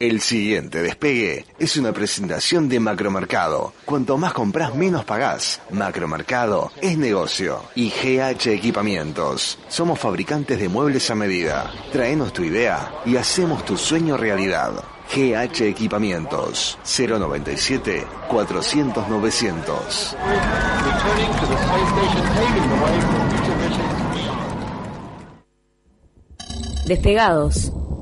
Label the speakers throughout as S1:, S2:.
S1: El siguiente despegue es una presentación de Macromercado. Cuanto más compras, menos pagás. Macromercado es negocio. Y GH Equipamientos. Somos fabricantes de muebles a medida. Traenos tu idea y hacemos tu sueño realidad. GH Equipamientos 097 400 900.
S2: Despegados,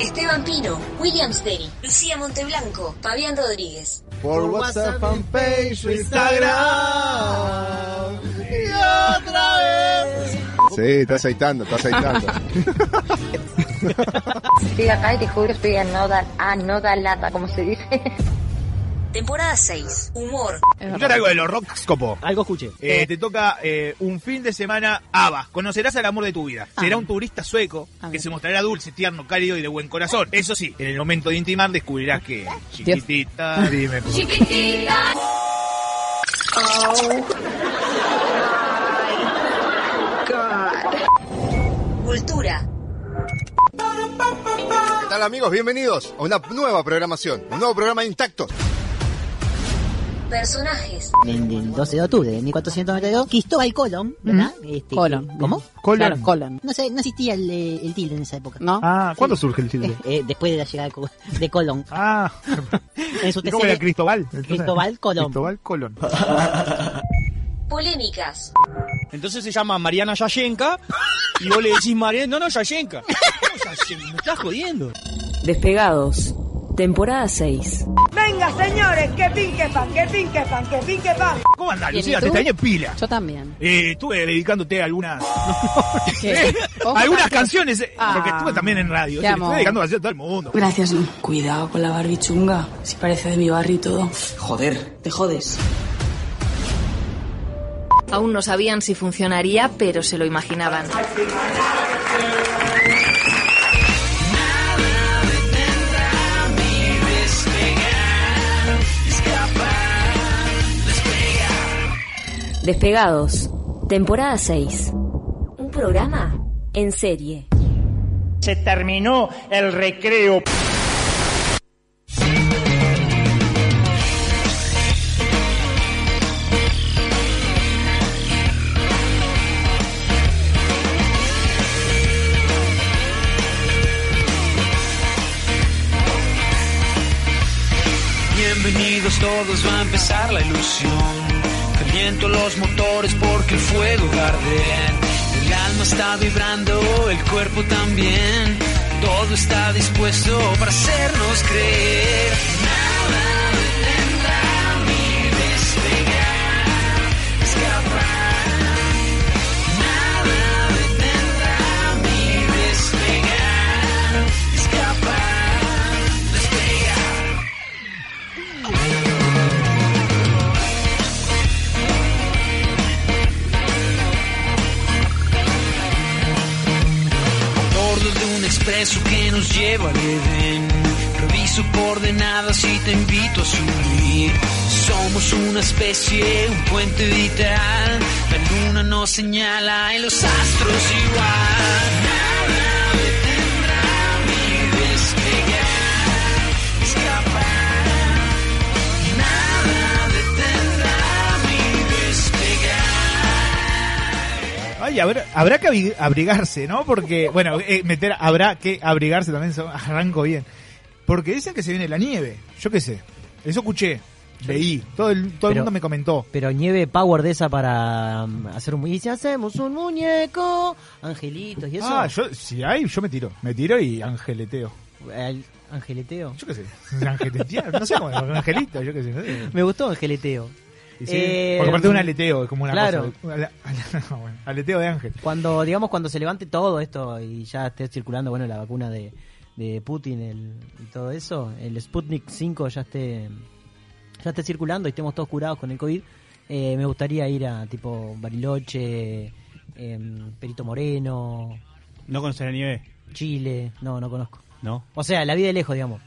S3: Esteban Pino, William Steri, Lucía Monteblanco, Fabián Rodríguez.
S4: Por WhatsApp, fanpage, Instagram. Y otra vez. Sí, está aceitando, está aceitando.
S5: estoy acá y te juro, estoy a no dar, a no dar lata, como se dice.
S3: Temporada 6. Humor.
S6: Escuchar algo de los rockscopo.
S7: Algo escuche.
S6: Eh, te toca eh, un fin de semana ABBA. Conocerás al amor de tu vida.
S8: Ah.
S6: Será un turista sueco que se mostrará dulce, tierno, cálido y de buen corazón. Eso sí, en el momento de intimar descubrirás que... Chiquitita, Ah, dime...
S3: Chiquitita. Oh. God. Cultura.
S4: ¿Qué tal amigos? Bienvenidos a una nueva programación, un nuevo programa de Intactos.
S3: Personajes.
S9: En el 12 de octubre de 1492, Cristóbal Colón, ¿verdad? Este,
S7: Colón.
S9: ¿Cómo?
S7: Colón.
S9: Claro, Colón. No, sé, no existía el, eh, el tilde en esa época.
S7: No.
S6: Ah, ¿cuándo surge el tilde?
S9: Eh, eh, después de la llegada de Col- de Colón.
S6: Ah,
S9: En su
S6: ¿y ¿cómo era
S9: tercera-
S6: Cristóbal? Entonces,
S9: Cristóbal Colón.
S6: Cristóbal Colón.
S3: Polémicas.
S7: Entonces se llama Mariana Yayenka y vos le decís Mariana, no, no, Yayenka. No, Yayenka, me estás jodiendo.
S2: Despegados, temporada 6.
S10: Venga, señores, que pinque pan, que pinque pan, que pinque pan.
S6: ¿Cómo andás,
S8: Bien, ¿y
S6: Lucía? Te
S8: tú?
S6: extrañé pila.
S8: Yo también.
S6: Eh, estuve dedicándote algunas
S8: ¿Qué? Ojo,
S6: algunas
S8: Martín.
S6: canciones, eh,
S8: Ah.
S6: porque estuve también en radio.
S8: Te
S6: sí, le
S8: amo.
S6: estoy dedicando canciones a todo el mundo.
S8: Gracias. Cuidado con la barbichunga. Si parece de mi barrio y todo.
S11: Joder.
S8: Te jodes.
S5: Aún no sabían si funcionaría, pero se lo imaginaban.
S2: Despegados, temporada 6. Un programa en serie.
S12: Se terminó el recreo.
S13: Bienvenidos todos, va a empezar la ilusión. Caliento los motores porque el fuego arde. El alma está vibrando, el cuerpo también. Todo está dispuesto para hacernos creer. Nada detendrá mi despegar, escapar. Nada detendrá mi despegar, escapar, despegar. bordo de un expreso que nos lleva al Edén. Reviso coordenadas y te invito a subir. Somos una especie, un puente vital. La luna nos señala y los astros igual. Nada detendrá mi despegar, escapar. Nada detendrá mi despegar.
S6: Ay, habrá, habrá que abri- abrigarse, ¿no? Porque, bueno, eh, meter, habrá que abrigarse también, so- arranco bien. Porque dicen que se viene la nieve, yo qué sé. Eso escuché, leí, todo el, todo el
S14: Pero-
S6: mundo me comentó.
S14: Pero nieve power de esa para um, hacer un... mu- Y si hacemos un muñeco, angelitos y eso.
S6: Ah, yo, si hay, yo me tiro, me tiro y angeleteo.
S14: El angeleteo.
S6: Yo qué sé, angeleteo, no sé cómo, angelito, yo qué sé. no sé.
S14: Me gustó angeleteo.
S6: Y sí,
S14: Eh,
S6: porque aparte es un aleteo, es como una
S14: claro.
S6: cosa. de- ala- bueno, aleteo de ángel.
S14: Cuando, digamos, cuando se levante todo esto y ya esté circulando, bueno, la vacuna de, de Putin el, y todo eso, el Sputnik 5 ya esté, ya esté circulando y estemos todos curados con el COVID, eh, me gustaría ir a tipo Bariloche, em, Perito Moreno.
S7: ¿No conoces la nieve?
S14: Chile, no, no conozco.
S7: No.
S14: O sea, la vi de lejos, digamos.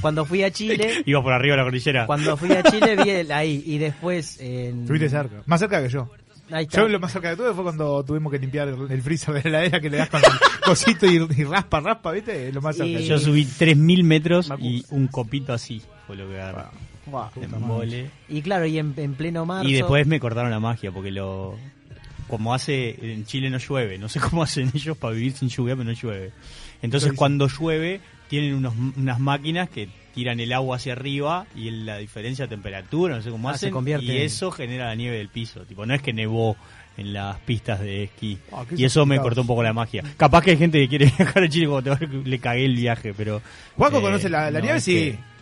S14: Cuando fui a Chile,
S7: Iba por arriba de la cordillera.
S14: cuando fui a Chile vi el- ahí y después en...
S6: Estuviste cerca. Más cerca que yo.
S14: Ahí está.
S6: Yo lo más cerca que tuve fue cuando tuvimos que limpiar el, el freezer de la heladera que le das con el cosito y, y raspa, raspa, ¿viste? Lo más cerca.
S7: Yo subí 3.000 metros y un copito así fue lo que agarré.
S6: Buah,
S7: En
S6: puta madre.
S7: vole.
S14: Y claro, y en, en pleno marzo...
S7: Y después me cortaron la magia porque lo. Como hace. En Chile no llueve. No sé cómo hacen ellos para vivir sin lluvia, pero no llueve. Entonces
S6: Lo hice.
S7: cuando llueve, tienen unos, unas máquinas que tiran el agua hacia arriba y el- la diferencia de temperatura, no sé cómo
S14: Ah, se
S7: hacen.
S14: convierte
S7: y
S14: en-
S7: eso genera la nieve del piso. Tipo, no es que nevó en las pistas de esquí.
S6: Ah, qué
S7: y eso me
S6: sofisticados.
S7: cortó un poco la magia. Capaz que hay gente que quiere viajar a Chile como te va, le cagué el viaje, pero.
S6: Juaco
S7: eh,
S6: conoce la, la
S7: no,
S6: nieve,
S7: es
S6: sí.
S7: que-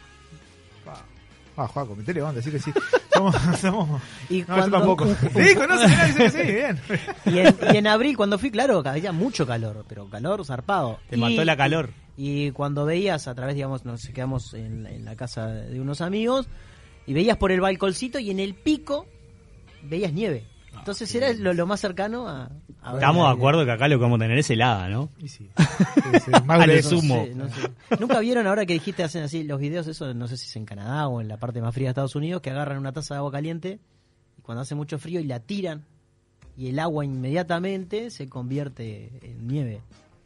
S6: Ah, Juaco, metele onda, así que sí. Somos, somos- no,
S14: Y
S6: yo
S14: cuando-
S6: tampoco. sí, conoce, mirá, dice que sí, bien.
S14: Y en, y en abril, cuando fui, claro, había mucho calor, pero calor zarpado.
S7: Te
S14: Y-
S7: mató la calor.
S14: Y cuando veías a través, digamos, nos quedamos en, en la casa de unos amigos y veías por el balconcito y en el pico veías nieve.
S6: Ah,
S14: Entonces era lo, lo más cercano a... a ver
S7: Estamos
S14: la-
S7: de acuerdo que acá lo que vamos a tener es helada, ¿no?
S6: Y sí.
S7: A lo
S14: No
S7: sumo.
S14: sé, no sé. Nunca vieron ahora que dijiste, hacen así los videos, eso no sé si es en Canadá o en la parte más fría de Estados Unidos, que agarran una taza de agua caliente y cuando hace mucho frío y la tiran y el agua inmediatamente se convierte en nieve.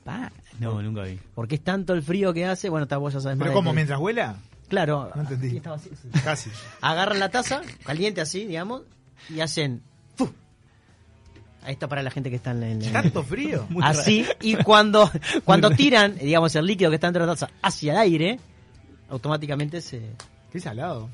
S14: Pa,
S7: No, nunca vi.
S14: Porque es tanto el frío que hace, bueno, ta, vos ya sabes más
S6: Pero
S14: de
S6: como
S14: que-
S6: mientras vuela,
S14: Claro,
S6: no entendí.
S14: estaba así.
S6: Casi.
S14: agarran la taza, caliente así, digamos, y hacen... ¡fu! Ahí está para la gente que está en la- en la...
S6: Tanto frío.
S14: Muy así y cuando cuando tiran digamos el líquido que está dentro de la taza hacia el aire automáticamente se
S6: Qué salado.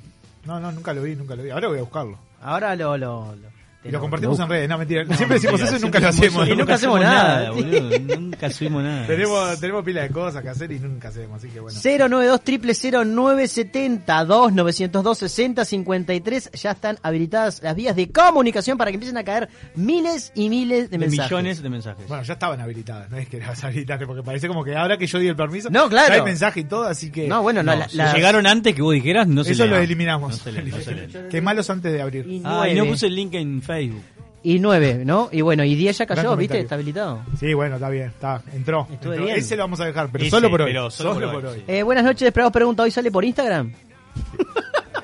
S6: No, no, nunca lo vi, nunca lo vi. Ahora voy a buscarlo.
S14: ahora lo lo, lo,
S6: Y
S14: te
S6: lo compartimos
S14: lo-
S6: en redes. No, mentira. siempre decimos
S7: Mentira,
S6: eso y nunca lo
S7: siempre
S6: hacemos.
S14: Y nunca hacemos nada.
S7: boludo. Nunca subimos nada.
S6: Tenemos, tenemos pila de cosas que hacer y nunca hacemos, así que bueno.
S14: 092 0970 2902 6053 ya están habilitadas las vías de comunicación para que empiecen a caer miles y miles
S7: De
S14: de mensajes.
S7: millones de mensajes.
S6: Bueno, ya estaban habilitadas, no es que las habilitaste, porque parece como que ahora que yo di el permiso,
S14: No, claro.
S6: ya hay mensaje y todo, así que...
S14: No, bueno, no,
S7: No,
S14: la-
S7: si
S14: la-
S7: llegaron antes que vos dijeras, no se
S6: Eso
S7: leen.
S6: lo eliminamos.
S7: No se leen, no se leen.
S6: Qué malos antes de abrir.
S14: Y
S7: Ah, y no
S14: nueve.
S7: puse el link en Facebook.
S14: Y 9, ¿no? Y bueno, y 10 ya
S6: Gran
S14: cayó, ¿viste?
S6: comentario.
S14: Está habilitado.
S6: Sí, bueno, está bien, está, entró.
S14: Estuve
S6: entró.
S14: bien.
S6: Ese lo vamos a dejar, pero
S7: Ese,
S6: solo por hoy.
S7: pero solo por hoy, sí.
S14: Eh, buenas noches, Desperados Pregunta. ¿Hoy sale por Instagram?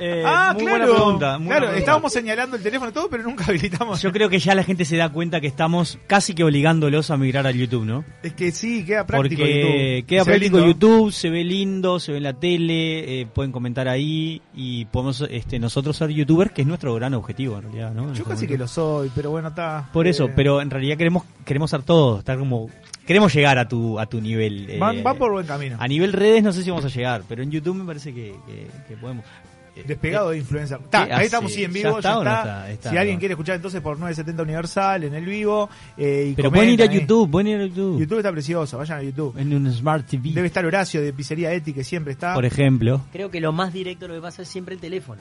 S7: Eh,
S6: Ah,
S7: muy
S6: claro.
S7: buena pregunta. muy
S6: claro,
S7: buena
S6: estábamos señalando el teléfono y todo, pero nunca habilitamos.
S7: Yo creo que ya la gente se da cuenta que estamos casi que obligándolos a migrar al YouTube, ¿no?
S6: Es que sí, queda práctico
S7: Porque
S6: YouTube.
S7: queda
S6: Se ve
S7: práctico
S6: lindo.
S7: YouTube, se ve lindo, se ve en la tele, eh, pueden comentar ahí y podemos este, nosotros ser youtubers, que es nuestro gran objetivo en realidad, ¿no? En
S6: Yo
S7: este
S6: casi
S7: momento.
S6: que lo soy, pero bueno, está...
S7: Por eso,
S6: Eh,
S7: pero en realidad queremos queremos ser todos, estar como queremos llegar a tu a tu nivel. eh,
S6: Van, van por buen camino.
S7: A nivel redes no sé si vamos a llegar, pero en YouTube me parece que, que- que podemos.
S14: Ah.
S7: Eh,
S6: Despegado de influencer. Está,
S7: ¿qué
S6: ahí
S7: hace?
S6: estamos sí, en
S7: ¿Ya
S6: vivo.
S7: está
S6: ya
S7: o no
S6: está.
S7: está? Está,
S6: si alguien
S7: no.
S6: quiere escuchar entonces por 970 Universal en el vivo. eh, y
S7: Pero
S6: comentan
S7: pueden ir a
S6: ahí.
S7: YouTube, pueden ir a YouTube.
S6: YouTube está precioso, vayan a YouTube.
S7: En un Smart TV,
S6: Debe estar Horacio de Pizzería Eti que siempre está.
S7: por ejemplo.
S14: Creo que lo más directo lo que pasa es siempre el teléfono.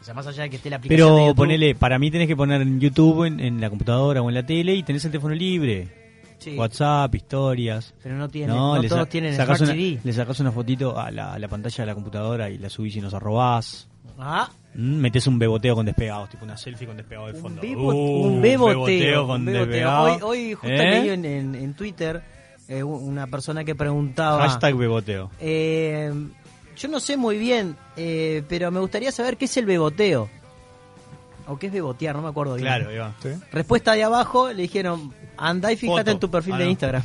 S14: O sea, más allá de que esté la aplicación. de
S7: Pero
S14: YouTube.
S7: ponele, para mí tenés que poner en YouTube, en, en la computadora o en la tele y tenés el teléfono libre.
S14: Sí,
S7: WhatsApp, historias.
S14: Pero no, tiene, no,
S7: le
S14: todos
S7: sa-
S14: tienen
S7: sacás
S14: Smart
S7: una,
S14: TV.
S7: Le sacás una fotito a la, a la pantalla de la computadora y la subís y nos arrobás.
S14: Ah,
S7: Mm, metes un beboteo con despegados, tipo una selfie con despegado de
S14: un,
S7: fondo.
S14: bebo-
S7: Uh,
S14: un beboteo.
S7: con
S14: un beboteo.
S7: despegado.
S14: Hoy, hoy justo
S7: ¿Eh?
S14: leí en, en- en Twitter eh, una persona que preguntaba.
S7: Hashtag beboteo.
S14: eh, yo no sé muy bien, eh, pero me gustaría saber qué es el beboteo. O qué es bebotear, no me acuerdo bien.
S7: Claro, ahí va.
S6: Sí.
S14: Respuesta de abajo, le dijeron, andá y fíjate
S7: Foto.
S14: en tu perfil
S7: Ah,
S14: de
S7: no.
S14: Instagram.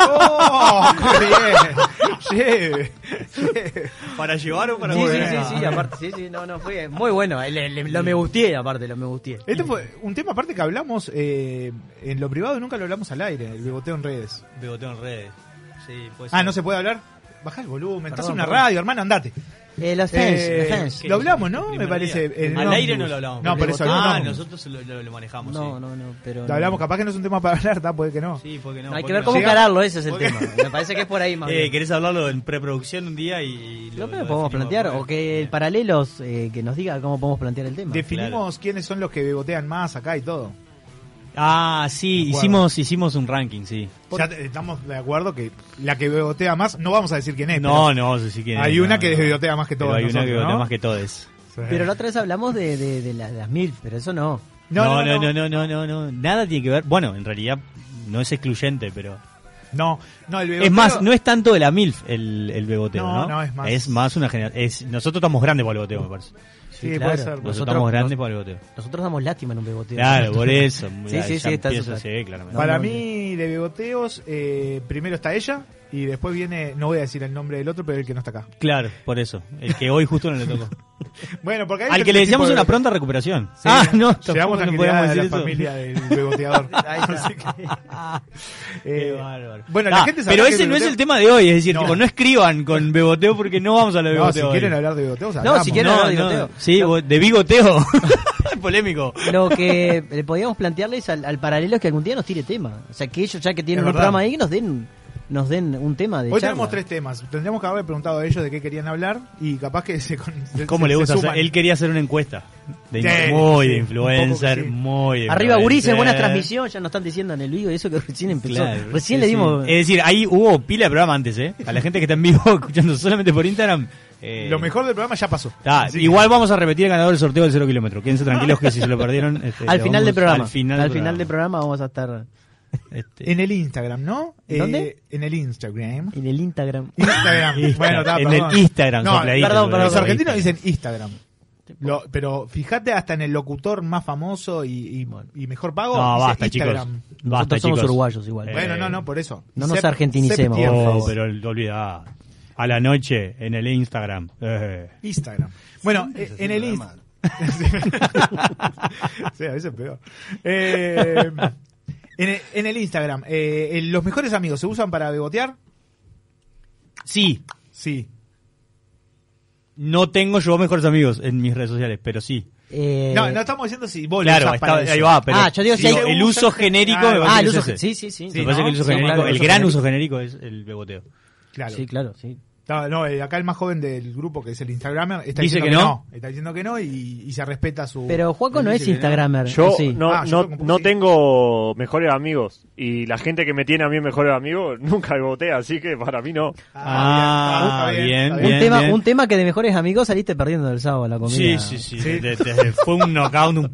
S6: ¡Oh! ¡Qué bien! Lleve.
S7: ¿Para llevar o para
S14: Sí, sí,
S7: volver?
S14: sí, sí, aparte, sí, sí, no, no, fue muy bueno. eh, Le- le- lo me gusté, aparte, lo me gusté.
S6: Este fue un tema aparte que hablamos eh, en lo privado y nunca lo hablamos al aire, el beboteo en redes.
S7: Beboteo en redes. Sí, puede
S6: Ah,
S7: ser.
S6: ¿no se puede hablar? Baja el volumen, estás en
S14: Perdón,
S6: una
S14: perdón.
S6: radio, hermano, andate.
S14: Eh, los fans,
S6: Eh,
S14: los fans.
S6: Lo hablamos, ¿no?
S7: El
S6: Me
S7: primer
S6: parece.
S7: día.
S6: en
S7: Al aire
S6: Omnibus.
S7: no lo hablamos.
S6: No, por
S7: pero
S6: eso
S7: vos-
S6: no.
S7: Ah,
S6: Omnibus.
S7: nosotros lo, lo- lo manejamos,
S14: No,
S7: sí.
S14: no, no, pero.
S6: Lo hablamos, capaz que no es un tema para hablar, ¿tá? puede que no.
S7: Sí, porque no.
S14: No, hay que
S7: porque
S14: ver
S7: no.
S14: cómo
S6: Llega-
S14: encararlo, ese es el
S6: porque-
S14: tema. Me parece que es por ahí más.
S7: Eh,
S14: bien.
S7: ¿Querés hablarlo en preproducción un día y... y
S14: Lo que podemos
S7: definimos
S14: plantear,
S7: después?
S14: o que el paralelos eh, que nos diga cómo podemos plantear el tema.
S6: Definimos quiénes son los que bebotean más acá y todo.
S7: Ah, sí,
S6: Bueno.
S7: hicimos, hicimos un ranking, sí.
S6: Ya te- estamos de acuerdo que la que bebotea más, no vamos a decir quién es.
S7: No,
S6: pero
S7: no vamos a decir quién es,
S6: Hay
S7: no,
S6: una que
S7: no.
S6: bebotea más que
S7: Pero
S6: todos.
S7: hay una
S6: nosotros,
S7: que bebotea
S6: ¿no?
S7: más que todos.
S6: Sí.
S14: Pero la otra vez hablamos de, de- de la- de las mil, pero eso no.
S7: No, no, no, no, no, no, no. Nada tiene que ver. Bueno, en realidad no es excluyente, pero.
S6: No, no, el beboteo-
S7: Es más, no es tanto de la MILF el, el beboteo, ¿no?
S6: No, no, es más.
S7: Es más una generación. Nosotros estamos grandes para el beboteo, me parece.
S6: Sí, puede ser.
S7: Nosotros,
S6: Nosotros-
S7: estamos grandes
S14: nos-
S7: para el beboteo.
S14: Nosotros damos lástima en un beboteo.
S7: Claro, por eso.
S14: sí,
S7: Ya-
S14: sí,
S7: ya
S14: sí, está
S7: empieza,
S14: súper.
S7: sí, claramente.
S14: No,
S6: Para
S14: no,
S6: mí, de beboteos, eh, primero está ella y después viene, no voy a decir el nombre del otro, pero el que no está acá.
S7: Claro, por eso. El que hoy justo no le tocó.
S6: Bueno, porque hay
S7: Al que
S6: diferentes
S7: le
S6: tipos
S7: decíamos
S6: de
S7: una
S6: beboteo.
S7: pronta recuperación.
S6: Sí,
S7: ah, no,
S6: llevamos
S7: tampoco
S6: la
S7: no
S6: querida
S7: podemos
S6: de
S7: decir
S6: la
S7: eso.
S6: familia del beboteador. Así que-
S7: Qué
S6: Eh,
S7: bárbaro.
S6: bueno,
S7: Ah,
S6: la gente sabrá
S7: pero
S6: que
S7: ese no es
S6: beboteo-
S7: el tema de hoy, es decir,
S6: No.
S7: tipo, no escriban con beboteo porque no vamos a hablar de
S6: No,
S7: beboteo.
S6: si
S7: hoy.
S6: quieren hablar de beboteos,
S14: No,
S6: hablamos.
S14: si quieren hablar de beboteo.
S7: Sí, bo- de bigoteo. Polémico.
S14: Lo que le podíamos plantearles al, al paralelo es que algún día nos tire tema. O sea, que ellos ya que tienen
S6: Es
S14: un
S6: verdad.
S14: programa ahí, nos den nos den un tema de
S6: Hoy
S14: charla.
S6: tenemos tres temas. Tendríamos que haberle preguntado a ellos de qué querían hablar y capaz que se. con- se-
S7: ¿Cómo
S6: se-
S7: le
S6: se
S7: gusta? hacer?
S6: suman.
S7: él quería hacer una encuesta. De
S6: Sí,
S7: in- muy de
S6: sí, un poco
S7: influencer,
S6: que sí.
S7: muy de
S14: Arriba gurises,
S7: influencer.
S14: buena transmisión, ya nos están diciendo en el vivo y eso que recién empezó.
S7: Claro,
S14: recién
S7: sí,
S14: le dimos...
S6: Eh,
S7: sí. Es decir, ahí hubo pila de programa antes, ¿eh? A la gente que está en vivo escuchando solamente por Instagram. eh,
S6: Lo mejor del programa ya pasó.
S7: está.
S6: Así que-
S7: Igual vamos a repetir el ganador del sorteo del 0 kilómetro. Quédense tranquilos que si se lo perdieron. este,
S14: al
S7: lo
S14: final
S7: vamos-
S14: del programa.
S7: Al final, del programa.
S14: vamos a estar
S7: Este,
S6: En el Instagram, ¿no? Eh,
S14: ¿En dónde?
S6: En el Instagram.
S14: en el Instagram.
S6: Instagram. bueno, está,
S7: en
S6: perdón.
S7: el Instagram,
S6: No,
S7: sopladito,
S14: perdón, perdón.
S7: sopladito.
S6: Los argentinos dicen Instagram. Lo- pero fíjate hasta en el locutor más famoso y, y- y mejor pago.
S7: No,
S6: dice
S7: basta,
S6: Instagram.
S7: chicos. Basta,
S14: Nosotros somos
S7: chicos. Eh,
S14: uruguayos igual.
S6: Bueno, no, no, por eso.
S14: No nos
S6: Sep-
S14: argentinicemos,
S6: septiembre.
S7: Oh, pero olvida. A la noche en el Instagram. Eh.
S6: Instagram. Bueno, eh, en el Instagram. sí, a veces peor. Eh, en, el, en el Instagram, eh, el- ¿los mejores amigos se usan para bebotear?
S7: Sí,
S6: Sí.
S7: no tengo yo mejores amigos en mis redes sociales, pero sí.
S14: Eh,
S6: No, no estamos diciendo si vos lo
S7: Claro,
S6: usás
S7: está-
S6: para eso.
S7: ahí va, pero
S14: Ah, yo digo si
S7: digo,
S6: hay-
S7: el uso genérico me
S6: Claro.
S7: parece
S14: Ah,
S7: que
S14: el
S7: es
S14: uso
S7: ese.
S14: gen- sí, sí, sí.
S7: Me parece
S6: ¿no?
S7: que el uso
S6: Sí,
S7: genérico,
S14: claro,
S7: el
S14: uso
S7: gran
S14: genérico.
S7: uso genérico es el beboteo.
S6: Claro.
S14: Sí, claro, sí.
S6: No, no, eh, acá el más joven del grupo, que es el Instagramer, está
S7: Dice
S6: diciendo
S7: que
S6: que,
S7: no.
S6: no. Está diciendo que no y, y se respeta su.
S14: Pero Juaco no
S6: Él
S14: es
S6: dice que
S14: Instagramer.
S1: Yo
S14: ¿o sí?
S1: no,
S6: Ah, yo
S1: no,
S6: lo confundí.
S1: no tengo mejores amigos y la gente que me tiene a mí mejores amigos nunca me botea, así que para mí no.
S7: Ah,
S6: Ah, bien,
S7: bien,
S6: está
S7: bien.
S6: bien.
S7: bien,
S14: un, tema, un tema que de mejores amigos saliste perdiendo el sábado a la
S7: Sí,
S14: comida.
S7: sí, sí.
S6: Sí.
S7: de- de- de- fue un knockout, un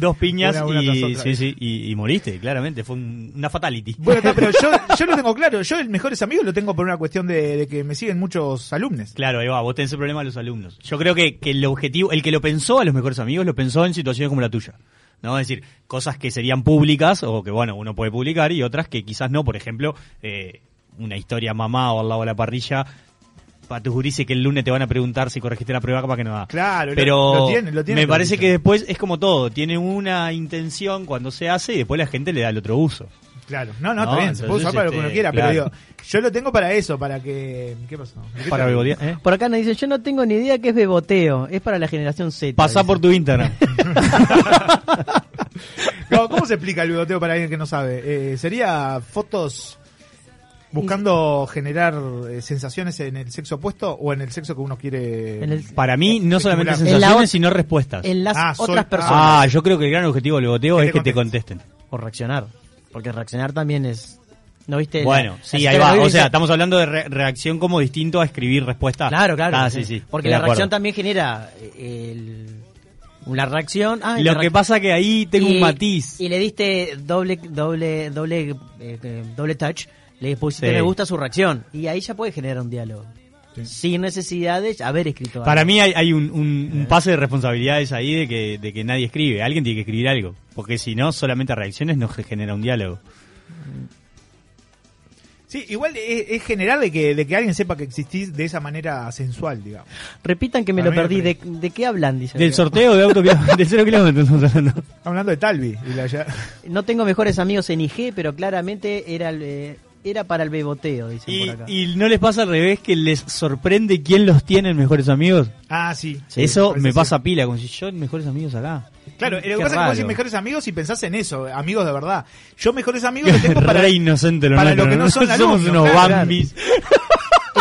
S7: dos piñas
S6: Una- una tras
S7: y,
S6: otra.
S7: sí, sí, y, y moriste, claramente. Fue un- una fatality.
S6: Bueno, está, pero yo, yo lo tengo claro. Yo, el mejores amigos, lo tengo por una cuestión de, de que me siguen muchos alumnos.
S7: Claro, ahí va, vos tenés ese problema de los alumnos. Yo creo que, que el objetivo, el que lo pensó a los mejores amigos, lo pensó en situaciones como la tuya. ¿no? Es decir, cosas que serían públicas o que, bueno, uno puede publicar y otras que quizás no. Por ejemplo, eh, una historia mamá o al lado de la parrilla para tus gurises que el lunes te van a preguntar si corregiste la prueba capaz que no da.
S6: Claro, lo-
S7: pero
S6: lo tiene, lo tiene
S7: me
S6: lo
S7: parece
S6: dicho.
S7: que después es como todo, tiene una intención cuando se hace y después la gente le da el otro uso.
S6: Claro. No, no,
S7: No,
S6: está bien. Se puede
S7: entonces,
S6: usar para lo que
S7: este,
S6: uno quiera, pero
S7: claro.
S6: digo, yo lo tengo para eso, para que. ¿Qué pasó? ¿Qué
S7: Para
S6: tal?
S7: bebotear, ¿eh?
S14: Por acá nos dicen, yo no tengo ni idea qué es beboteo. Es para la generación Z.
S7: Pasá
S14: dicen.
S7: por tu Instagram.
S6: No, ¿Cómo se explica el beboteo para alguien que no sabe? Eh, ¿Sería fotos buscando generar eh, sensaciones en el sexo opuesto o en el sexo que uno quiere?
S14: En el-
S7: Para mí, no solamente
S6: Estimular.
S14: En la
S7: sensaciones,
S14: ot-
S7: sino respuestas.
S14: En las
S6: Ah, sol-
S14: otras
S6: ah.
S14: personas.
S7: Ah, yo creo que el gran objetivo del boteo
S6: Que
S7: es
S6: te
S7: que te contesten.
S14: O reaccionar. Porque reaccionar también es... ¿No viste? la-
S7: Bueno,
S14: la
S7: sí,
S14: historia
S7: ahí
S14: de
S7: va.
S14: hoy
S7: O
S14: dice-
S7: sea, estamos hablando de re- reacción como distinto a escribir respuesta.
S14: Claro, claro.
S7: Ah, sí, sí.
S14: Porque
S7: estoy de
S14: la
S7: acuerdo.
S14: reacción también genera eh, el, la reacción. Ah, la
S7: Lo que
S14: reac-
S7: pasa que ahí tengo
S14: y-
S7: un matiz.
S14: Y le diste doble, doble, doble, eh, eh, doble touch. Le pusiste
S7: Sí.
S14: me gusta a su reacción. Y ahí ya puede generar un diálogo. Sin necesidad de haber escrito algo.
S7: Para mí hay, hay un, un- un pase de responsabilidades ahí de que, de que nadie escribe. Alguien tiene que escribir algo. Porque si no, solamente reacciones no se genera un diálogo.
S6: Sí, igual es, es general de que, de que alguien sepa que existís de esa manera sensual, digamos.
S14: Repitan que me
S6: Para
S14: lo
S6: mí lo
S14: perdí. ¿De, de qué hablan? Dice.
S7: Del sorteo de auto de cero kilómetros estamos hablando.
S6: Estamos hablando de Talvi. y la ya-
S14: No tengo mejores amigos en IG, pero claramente era, el, eh, era para el beboteo, dicen
S7: Y,
S14: por acá.
S7: y no les pasa al revés que les sorprende quién los tiene en mejores amigos.
S6: Ah, sí.
S7: Eso
S6: Sí,
S7: me
S6: parece
S7: pasa pila, como si yo en mejores amigos acá.
S6: sí. Claro, lo que
S7: Qué
S6: pasa es que vos decís
S7: raro.
S6: mejores amigos y pensás en eso, amigos de verdad. Yo mejores amigos los tengo para,
S7: Re inocente lo
S6: para
S7: nuestro,
S6: lo que no son
S7: Somos
S6: alumnos,
S7: unos
S6: claro.
S7: bambis.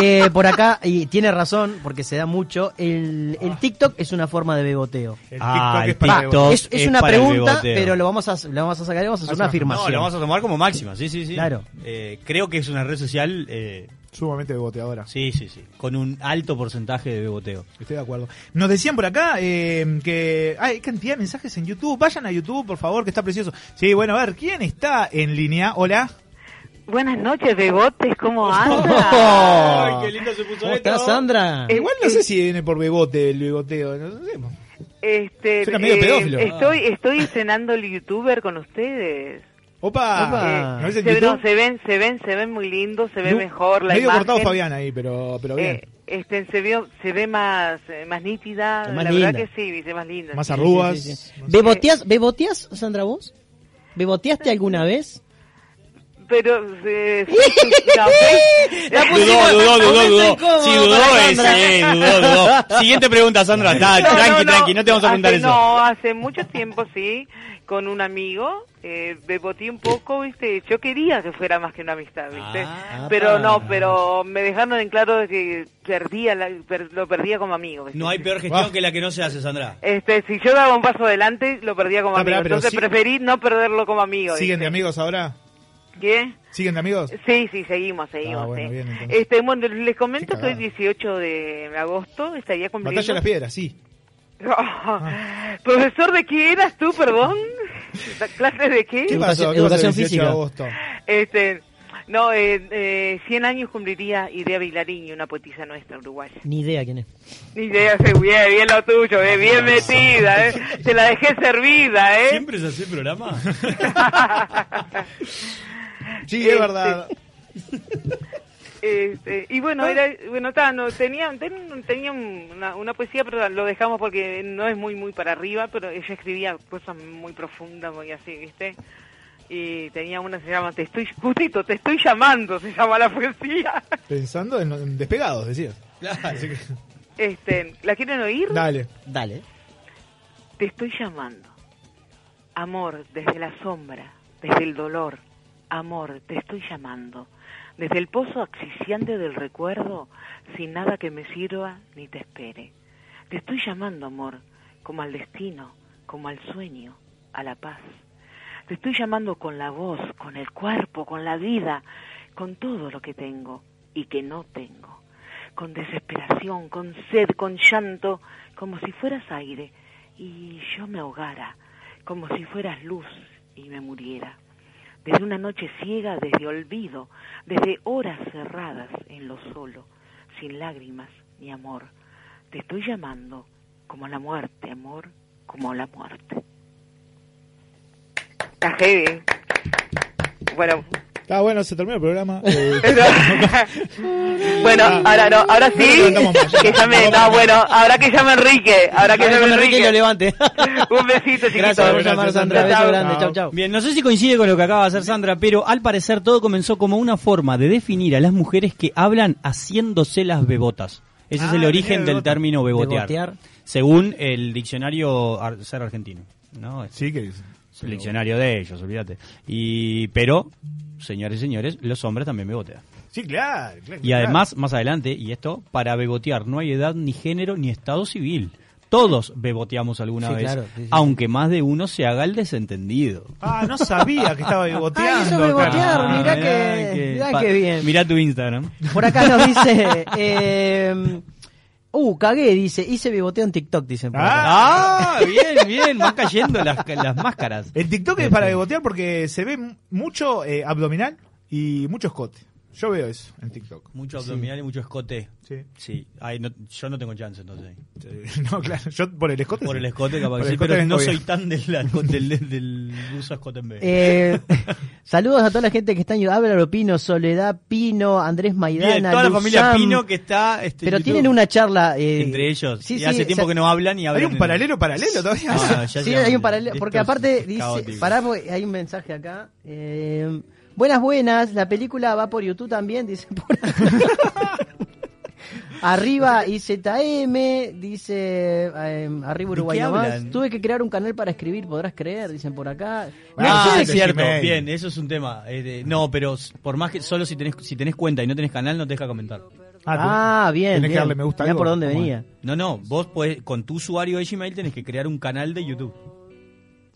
S14: Eh, por acá, y tiene razón, porque se da mucho, el, el TikTok es una forma de beboteo.
S7: Ah, TikTok el es para el TikTok beboteo.
S14: es, es
S7: es
S14: una
S7: para el
S14: pregunta,
S7: beboteo.
S14: pero lo vamos a, lo vamos a sacar y vamos a hacer una afirmación.
S7: No, lo vamos a tomar como máxima, sí, sí, sí.
S14: Claro.
S7: Eh, creo que es una red social. eh,
S6: Sumamente beboteadora.
S7: Sí, sí, sí. Con un alto porcentaje de beboteo.
S6: Estoy de acuerdo. Nos decían por acá eh, que hay cantidad de mensajes en YouTube. Vayan a YouTube, por favor, que está precioso. Sí, bueno, a ver, ¿quién está en línea? Hola.
S5: Buenas noches, Bebotes, ¿cómo andas?
S6: Ay,
S5: qué
S7: lindo se puso
S6: ¿Cómo esto. estás, Sandra? Eh, Igual no sé si viene por bebote el beboteo. No sé.
S5: Este,
S6: Suena medio pedófilo.
S5: Estoy, estoy cenando el youtuber con ustedes.
S6: ¡Opa!
S5: Eh,
S6: ¿No es en
S5: se,
S6: YouTube?
S5: no, se ven, se ven, se ven muy lindos, se ve
S6: Du-
S5: mejor la
S6: Medio
S5: imagen.
S6: cortado Fabián ahí, pero, pero bien.
S5: Eh, este, se, vio, se ve más, eh, más nítida,
S6: Más
S5: la
S6: linda.
S5: verdad que sí, dice más linda.
S6: Más
S5: Sí,
S6: arrugas.
S5: sí, sí, sí.
S14: ¿Beboteas, ¿Beboteas, Sandra, vos? ¿Beboteaste alguna vez?
S5: Pero, eh, no, pues-
S7: Dudó, dudó, dudó, dudó.
S5: incómodo
S7: Sí, dudó,
S5: para
S7: es,
S5: Sandra.
S7: eh, dudó, dudó. Siguiente pregunta, Sandra. Está,
S5: No,
S7: tranqui,
S5: no, no.
S7: tranqui, no te vamos a preguntar
S5: Hace-
S7: eso.
S5: No, hace mucho tiempo sí, con un amigo, eh, beboteé un poco, viste, yo quería que fuera más que una amistad, viste,
S6: Ah,
S5: pero
S7: apa.
S5: no, pero me dejaron en claro de que perdía, la- per- lo perdía como amigo, ¿viste?
S7: No hay peor gestión que la que no se hace, Sandra.
S5: Este, si yo daba un paso adelante, lo perdía como
S6: Ah,
S5: amigo,
S6: pará, pero
S5: entonces
S6: sí-
S5: preferí no perderlo como amigo,
S6: ¿Siguen de
S5: ¿viste?
S6: amigos ahora?
S5: ¿Qué?
S6: ¿Siguen de amigos?
S5: Sí, sí, seguimos, seguimos.
S6: Ah, bueno,
S5: sí.
S6: bien, entonces.
S5: este, bueno, les comento
S6: Qué
S5: que hoy
S6: cagada.
S5: 18 de agosto estaría cumpliendo...
S6: Batalla de las Piedras, sí.
S5: ¿Profesor de qué eras tú, perdón? ¿Clases de qué?
S6: ¿Qué pasó? ¿Qué pasó el 18 de agosto?
S5: Este, no, eh, eh, 100 años cumpliría Idea Vilariño, una poetisa nuestra uruguaya.
S14: Ni idea quién es.
S5: Ni idea, se- bien, bien lo tuyo, eh, bien metida, eh. Te la dejé servida, eh.
S7: ¿Siempre es así el programa?
S6: Sí, es verdad.
S5: Este, y bueno, era, bueno, ta, no, tenía, ten- tenía un- una, una poesía, pero lo dejamos porque no es muy, muy para arriba, pero ella escribía cosas muy profundas, muy así, ¿viste? Y tenía una que se llama Te estoy, justito, te estoy llamando, se llama la poesía.
S6: Pensando en, en despegados, decías. Así que-
S5: Este, ¿La quieren oír?
S6: Dale.
S14: Dale.
S5: Te estoy llamando. Amor, desde la sombra, desde el dolor. Amor, te estoy llamando. Desde el pozo asfixiante del recuerdo, sin nada que me sirva ni te espere. Te estoy llamando, amor, como al destino, como al sueño, a la paz. Te estoy llamando con la voz, con el cuerpo, con la vida, con todo lo que tengo y que no tengo. Con desesperación, con sed, con llanto, como si fueras aire y yo me ahogara, como si fueras luz y me muriera. Desde una noche ciega, desde olvido, desde horas cerradas en lo solo, sin lágrimas ni amor. Te estoy llamando como la muerte, amor, como la muerte. Está heavy. Bueno,
S6: Está Ah, bueno, se terminó el programa. Eh,
S5: bueno, ahora no, ahora sí, que llame, no, bueno, ahora que llame Enrique, ahora que
S14: Ahora
S5: llame
S14: con Enrique
S5: Enrique.
S14: lo levante.
S5: Este, Un besito, chiquito.
S14: Gracias por llamar, Sandra. Beso grande. Chau, chau.
S7: Bien, no sé si coincide con lo que acaba de hacer Sandra, pero al parecer todo comenzó como una forma de definir a las mujeres que hablan haciéndose las bebotas. Ese es
S14: Ah,
S7: el
S14: venía
S7: origen del
S14: bebota.
S7: término bebotear,
S14: Bebotear.
S7: según el diccionario ar- ser argentino. ¿no?
S6: Sí, que es
S7: el diccionario de ellos, olvídate. Y, pero, señores y señores, los hombres también bebotean.
S6: sí, claro, claro,
S7: Y además, más adelante, y esto, para bebotear no hay edad, ni género, ni estado civil. Todos beboteamos alguna
S6: Sí,
S7: vez,
S6: claro, sí, sí,
S7: aunque más de uno se haga el desentendido.
S6: Ah, no sabía que estaba beboteando.
S14: Ah, eso es bebotear, mirá que- mirá
S7: pa-
S14: que bien.
S7: Mirá tu Instagram.
S14: Por acá nos dice. Eh, uh, cagué, dice. Hice beboteo en TikTok, dicen. por acá.
S7: Ah, bien, bien, van cayendo las, las máscaras.
S6: El TikTok es para bebotear porque se ve m- mucho eh, abdominal y mucho escote. Yo veo eso en TikTok.
S7: Mucho
S6: Sí.
S7: abdominal y mucho escote.
S6: Sí.
S7: Sí. Ay, no- yo no tengo chance entonces.
S6: No, claro, yo por el escote.
S7: Por
S6: sí.
S7: el escote capaz
S6: Por
S7: que
S6: el
S7: sí,
S6: escote
S7: pero
S6: vengo
S7: no
S6: bien.
S7: soy tan del, del, del, del uso escote en vez.
S14: Eh, saludos a toda la gente que está en YouTube. Álvaro Pino, Soledad Pino, Andrés Maidana.
S7: Bien, toda la
S14: Luz
S7: familia
S14: Sam.
S7: Pino que está... este,
S14: Pero
S7: en
S14: tienen
S7: YouTube.
S14: una charla. eh,
S7: Entre ellos.
S14: sí,
S7: y
S14: sí,
S7: hace
S14: o
S7: tiempo
S14: sea,
S7: que no hablan y hablan.
S6: Hay un paralelo paralelo todavía.
S7: Ah, ya
S14: Sí,
S7: llegamos.
S14: hay un paralelo. Porque
S7: Esto es
S14: aparte dice.
S7: caótico.
S14: Pará, porque hay un mensaje acá. eh, buenas, buenas. La película va por YouTube también, dice. por acá. Arriba IZM, dice eh, Arriba
S7: ¿De qué
S14: Uruguay más.
S7: hablan?
S14: Tuve que crear un canal para escribir, podrás creer, dicen por acá. No
S7: Ah,
S14: sé
S7: es
S14: si-
S7: cierto. Bien, eso es un tema. Eh, de- no, pero s- por más que solo si tenés, si tenés cuenta y no tenés canal, no te deja comentar.
S14: Ah, bien,
S6: Tiene que
S14: bien.
S6: darle me gusta.
S14: Mirá
S6: algo.
S14: por dónde
S6: ¿Cómo es?
S14: venía.
S7: No, no, vos podés- con tu usuario de Gmail tenés que crear un canal de YouTube.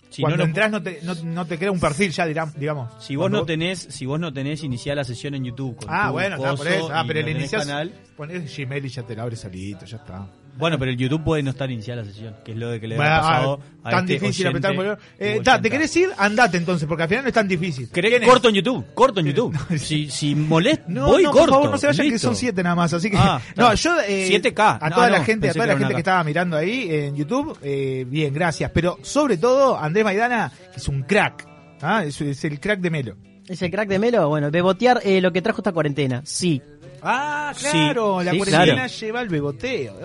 S7: Si
S6: Cuando
S7: no lo-
S6: entras no te, no, no te crea un perfil ya, dirá- digamos.
S7: Si vos
S6: Cuando
S7: no tenés, si vos no tenés iniciada la sesión en YouTube con
S6: Ah,
S7: tu
S6: bueno, está
S7: coso
S6: por eso. Ah,
S7: y
S6: pero
S7: no
S6: le
S7: tenés
S6: inicias.
S7: canal-
S6: Pones Gmail y ya te lo abres solito, ya está.
S7: Bueno, pero el YouTube puede no estar iniciada la sesión, que es lo de que le
S6: Bueno,
S7: había pasado
S6: ah,
S7: a
S6: tan
S7: este
S6: difícil
S7: oyente.
S6: apretar el botón. Eh, da, ¿Te querés ir? Andate entonces, porque al final no es tan difícil.
S7: ¿Querés corto en YouTube? Corto en YouTube. si, si molest,
S6: No,
S7: voy
S6: no,
S7: corto.
S6: por favor, no se vayan que
S7: listo.
S6: son 7 nada más, así que
S7: Ah,
S6: no,
S7: está.
S6: yo eh,
S7: 7K.
S6: a
S7: No,
S6: toda la
S7: no,
S6: gente, a
S7: pensé
S6: toda
S7: que
S6: la
S7: era
S6: gente
S7: una
S6: que
S7: K.
S6: estaba mirando ahí en YouTube, eh, bien, gracias, pero sobre todo Andrés Maidana que es un crack, ¿ah? es, es el crack de Melo.
S14: ¿Es el crack de Melo? Bueno, bebotear eh, lo que trajo esta cuarentena. Sí.
S6: Ah,
S14: Sí,
S6: claro, la
S14: sí,
S6: cuarentena
S14: claro.
S6: lleva el beboteo.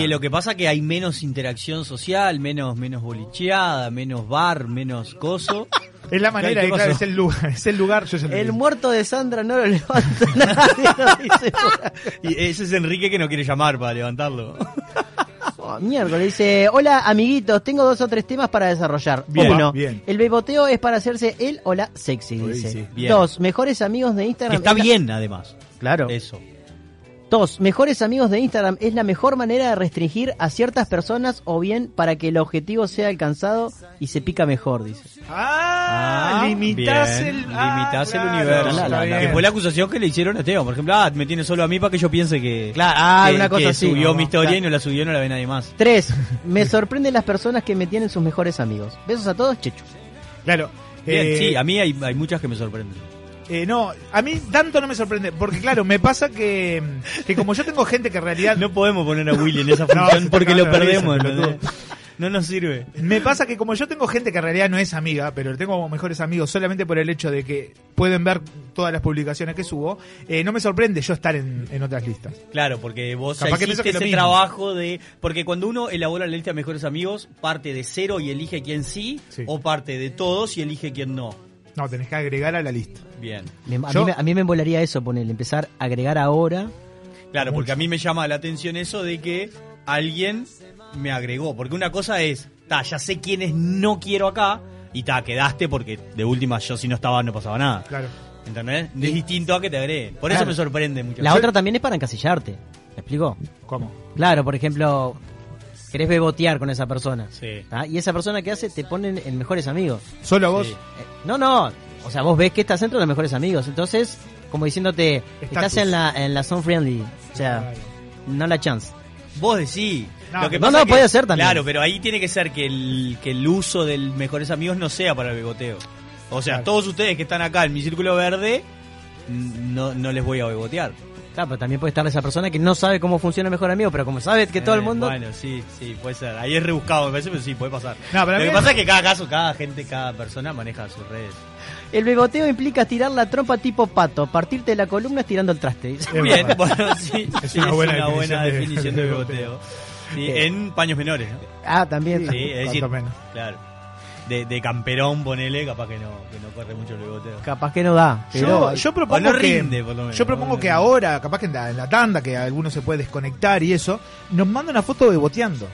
S7: Y lo que pasa que hay menos interacción social, menos menos bolicheada, menos bar, menos coso.
S6: Es la manera,
S7: ¿Qué
S6: y claro,
S7: pasó?
S6: es el lugar, es el lugar, yo ya lo
S14: El
S6: dije.
S14: muerto de Sandra no lo levanta.
S7: Y ese es Enrique que no quiere llamar para levantarlo.
S14: Oh, Miércoles dice, hola amiguitos, tengo dos o tres temas para desarrollar.
S7: Bien,
S14: Uno,
S7: bien.
S14: el beboteo es para hacerse el o la sexy,
S7: Uy,
S14: dice.
S7: sí, bien.
S14: Dos, mejores amigos de Instagram.
S7: Que está
S14: es la-
S7: bien, además.
S14: Claro.
S7: Eso.
S14: Dos, mejores amigos de Instagram es la mejor manera de restringir a ciertas personas o bien para que el objetivo sea alcanzado y se pica mejor, dice.
S6: Ah, limitás
S7: bien,
S6: el,
S7: limitás el
S6: claro,
S7: universo.
S14: está La, la, la.
S7: Que fue la acusación que le hicieron a Esteban. Por ejemplo, ah, me tiene solo a mí para que yo piense que,
S14: Claro, ah,
S7: que-
S14: una cosa
S7: que
S14: así.
S7: subió mi historia
S14: Claro.
S7: y no la subió, no la ve nadie más.
S14: Tres, me sorprenden las personas que me tienen sus mejores amigos. Besos a todos, Chechu.
S6: Claro.
S7: Bien,
S6: eh,
S7: sí, a mí hay, hay muchas que me sorprenden.
S6: Eh, no, a mí tanto no me sorprende, porque claro, me pasa que, que como yo tengo gente que en realidad...
S7: No podemos poner a Willy en esa
S6: No,
S7: función
S6: se
S7: porque
S6: está
S7: lo
S6: cagando de risa,
S7: perdemos. ¿no?
S6: pelotudo.
S7: no nos sirve.
S6: Me pasa que como yo tengo gente que en realidad no es amiga, pero tengo como mejores amigos solamente por el hecho de que pueden ver todas las publicaciones que subo, eh, no me sorprende yo estar en, en otras listas.
S7: Claro, porque vos
S6: Capaz
S7: ya
S6: que pienso
S7: hiciste
S6: que lo
S7: ese
S6: mismo.
S7: trabajo de... Porque cuando uno elabora la lista de mejores amigos, parte de cero y elige quién sí, o parte de todos y elige quién no.
S6: No, tenés que agregar a la lista.
S7: Bien.
S14: Me- a,
S7: Yo-
S14: mí, me- a mí me embolaría eso, ponerle, empezar a agregar ahora.
S7: Claro, porque a mí me llama la atención eso de que alguien me agregó. Porque una cosa es, ta, ya sé quiénes no quiero acá, y ta, quedaste porque de última yo si no estaba no pasaba nada.
S6: Claro.
S7: ¿Entendés? Es distinto a que te agreguen. Por eso
S14: Claro.
S7: me sorprende mucho.
S14: La otra también es para encasillarte. ¿Me explicó?
S6: ¿Cómo?
S14: Claro, por ejemplo, querés bebotear con esa persona.
S7: Sí.
S14: ¿tá? Y esa persona que hace te ponen en mejores amigos.
S6: ¿Solo vos?
S14: No, no. O sea, vos ves que estás dentro de los mejores amigos. Entonces, como diciéndote,
S6: Estatus.
S14: estás en la, en la zone friendly. O sea, no la chance.
S7: Vos decís.
S14: No,
S7: Lo que
S14: no,
S7: pasa
S14: no,
S7: que-
S14: puede ser también.
S7: Claro, pero ahí tiene que ser que el, que el uso del Mejores Amigos no sea para el bigoteo. O sea,
S14: Claro.
S7: todos ustedes que están acá en mi círculo verde, n- no, no les voy a bebotear.
S14: Claro, pero también puede estar esa persona que no sabe cómo funciona el mejor amigo, pero como sabe que todo el
S7: Eh,
S14: mundo...
S7: Bueno, sí, sí, puede ser. Ahí es rebuscado, me parece, pero sí, puede pasar.
S14: No,
S7: Lo
S14: pero a mí
S7: que
S14: me-
S7: pasa es que cada caso, cada gente, cada persona maneja sus redes.
S14: El beboteo implica tirar la trompa tipo pato, partirte la columna estirando el traste. dice.
S7: Bien, bueno, sí,
S14: Es
S7: sí,
S14: una
S7: es
S14: buena
S7: una buena definición
S14: definición de-
S7: de
S14: de
S7: beboteo. Sí, en paños menores, ¿no?
S14: Ah, también.
S7: Sí, es decir, claro. De, de camperón, ponele, capaz que no, que no corre mucho el bigoteo.
S14: Capaz que no da.
S6: Yo,
S14: pero-
S6: yo propongo
S7: O no
S6: que,
S7: rinde, por lo menos.
S6: yo propongo que ahora, capaz que en la, en la tanda, que alguno se puede desconectar y eso, nos manda una foto beboteando.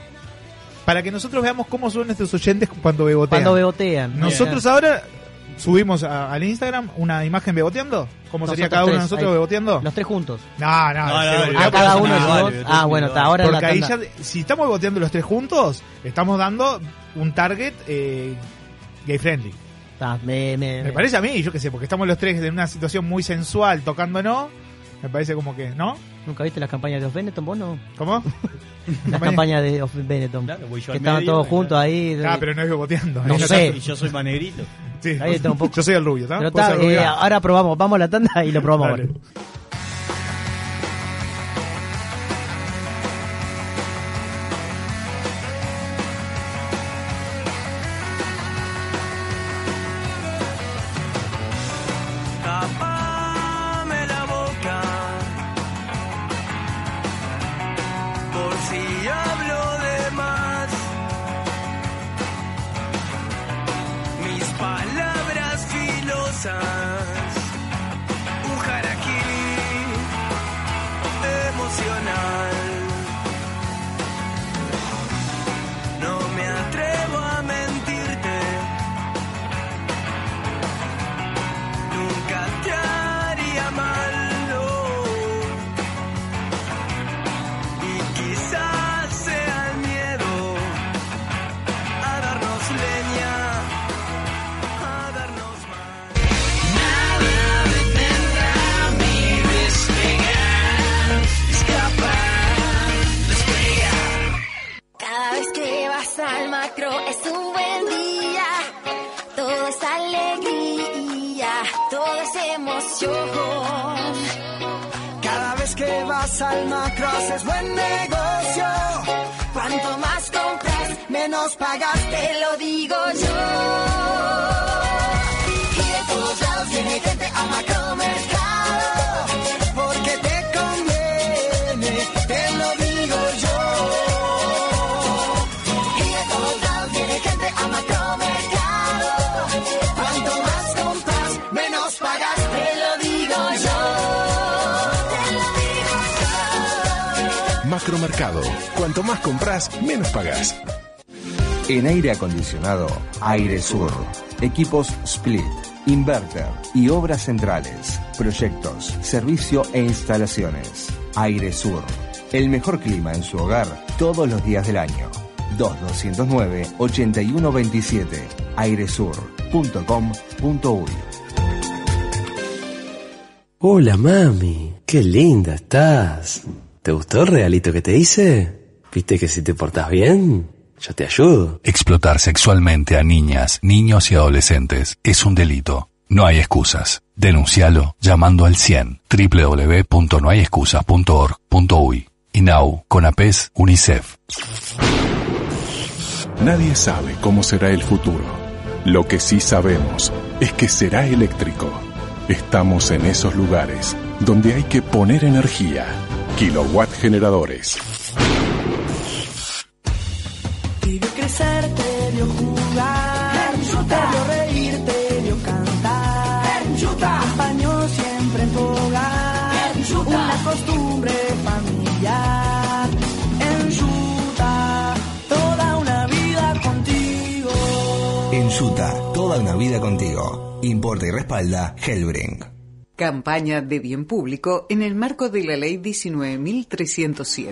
S6: Para que nosotros veamos cómo son nuestros oyentes cuando bebotean.
S14: Cuando bebotean.
S6: Nosotros
S14: Bien.
S6: ahora subimos a- al Instagram una imagen beboteando. ¿Cómo sería
S14: Nosotros
S6: cada uno de
S14: tres,
S6: nosotros
S14: ahí.
S6: beboteando?
S14: Los tres juntos.
S6: No, no,
S14: No,
S6: se
S14: no, no,
S6: volvió
S14: ah, cada
S6: personal.
S14: uno de los dos. Ah, bueno, está, ahora
S6: Porque
S14: la
S6: ahí
S14: tanda.
S6: ya, si estamos beboteando los tres juntos, estamos dando un target eh, gay friendly.
S14: Ta, me, me-
S6: Me parece a mí, yo qué sé, porque estamos los tres en una situación muy sensual, tocándonos. Me parece como que, ¿no?
S14: ¿Nunca viste las campañas de Os Benetton? ¿Vos no?
S6: ¿Cómo?
S14: Las campañas de Os Benetton.
S7: voy yo
S14: que
S7: al
S14: estaban
S7: medio,
S14: todos
S7: y-
S14: juntos ahí.
S6: Ah, pero no es beboteando.
S14: No
S6: Ahí
S14: sé.
S7: Y yo soy más negrito.
S6: Sí. pues,
S14: Ahí está un poco.
S6: Yo soy el rubio, ¿tá?
S14: Pero
S6: Puedo
S14: ta,
S6: ser rubio. Ah,
S14: eh, ahora probamos. Vamos a la tanda y lo probamos.
S6: Dale.
S14: ahora.
S13: Tapame la boca. Por si hablo de más. Mis palabras filosas. Un harakiri. pasión. Cada vez que vas al Macross es buen negocio. Cuanto más compras, menos pagas, te lo digo yo. Y de todos lados viene gente a Macromercado. Porque te conviene, te lo digo yo. Y de todos lados viene gente a Macromercado. Cuanto más compras, menos pagas, te lo digo yo. Te lo digo
S15: Macromercado. Cuanto más compras, menos pagas.
S16: En aire acondicionado, Aire Sur. Equipos Split, Inverter y Obras Centrales. Proyectos, servicio e instalaciones. Aire Sur. El mejor clima en su hogar todos los días del año. 2209-8127. airesur.com.uy
S17: Hola mami, qué linda estás. ¿Te gustó el regalito que te hice? ¿Viste que si te portas bien, yo te ayudo?
S15: Explotar sexualmente a niñas, niños y adolescentes es un delito. No hay excusas. Denuncialo llamando al 100 www.nohayexcusas.org.uy. INAU, CONAPES, E UNICEF.
S18: Nadie sabe cómo será el futuro.
S15: Lo que sí sabemos es que será eléctrico.
S18: Estamos en esos lugares donde hay que poner energía. Kilowatt generadores.
S13: Te vio crecer, te vio jugar, te vio reír, te vio cantar, acompañó siempre en tu hogar, una costumbre familiar, en Yuta, toda una vida contigo.
S16: En Utah, toda una vida contigo. Importa y respalda Hellbring.
S2: Campaña de bien público en el marco de la ley 19.307.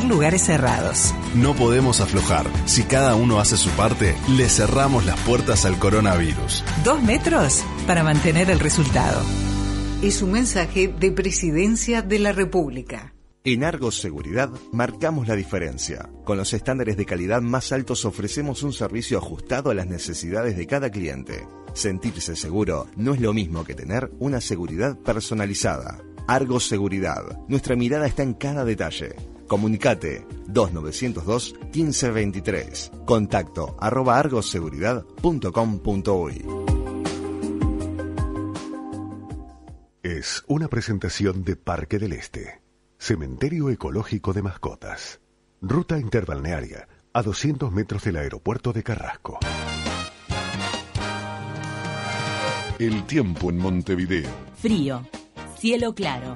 S2: lugares cerrados.
S19: No podemos aflojar. Si cada uno hace su parte, le cerramos las puertas al coronavirus.
S2: Dos metros para mantener el resultado. Es un mensaje de Presidencia de la República.
S20: En Argos Seguridad marcamos la diferencia. Con los estándares de calidad más altos ofrecemos un servicio ajustado a las necesidades de cada cliente. Sentirse seguro no es lo mismo que tener una seguridad personalizada. Argos Seguridad. Nuestra mirada está en cada detalle. Comunicate 2902 1523. Contacto arroba argoseguridad.com.uy.
S18: Es una presentación de Parque del Este, Cementerio Ecológico de Mascotas, ruta interbalnearia a 200 metros del aeropuerto de Carrasco. El tiempo en Montevideo.
S21: Frío. Cielo claro.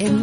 S22: En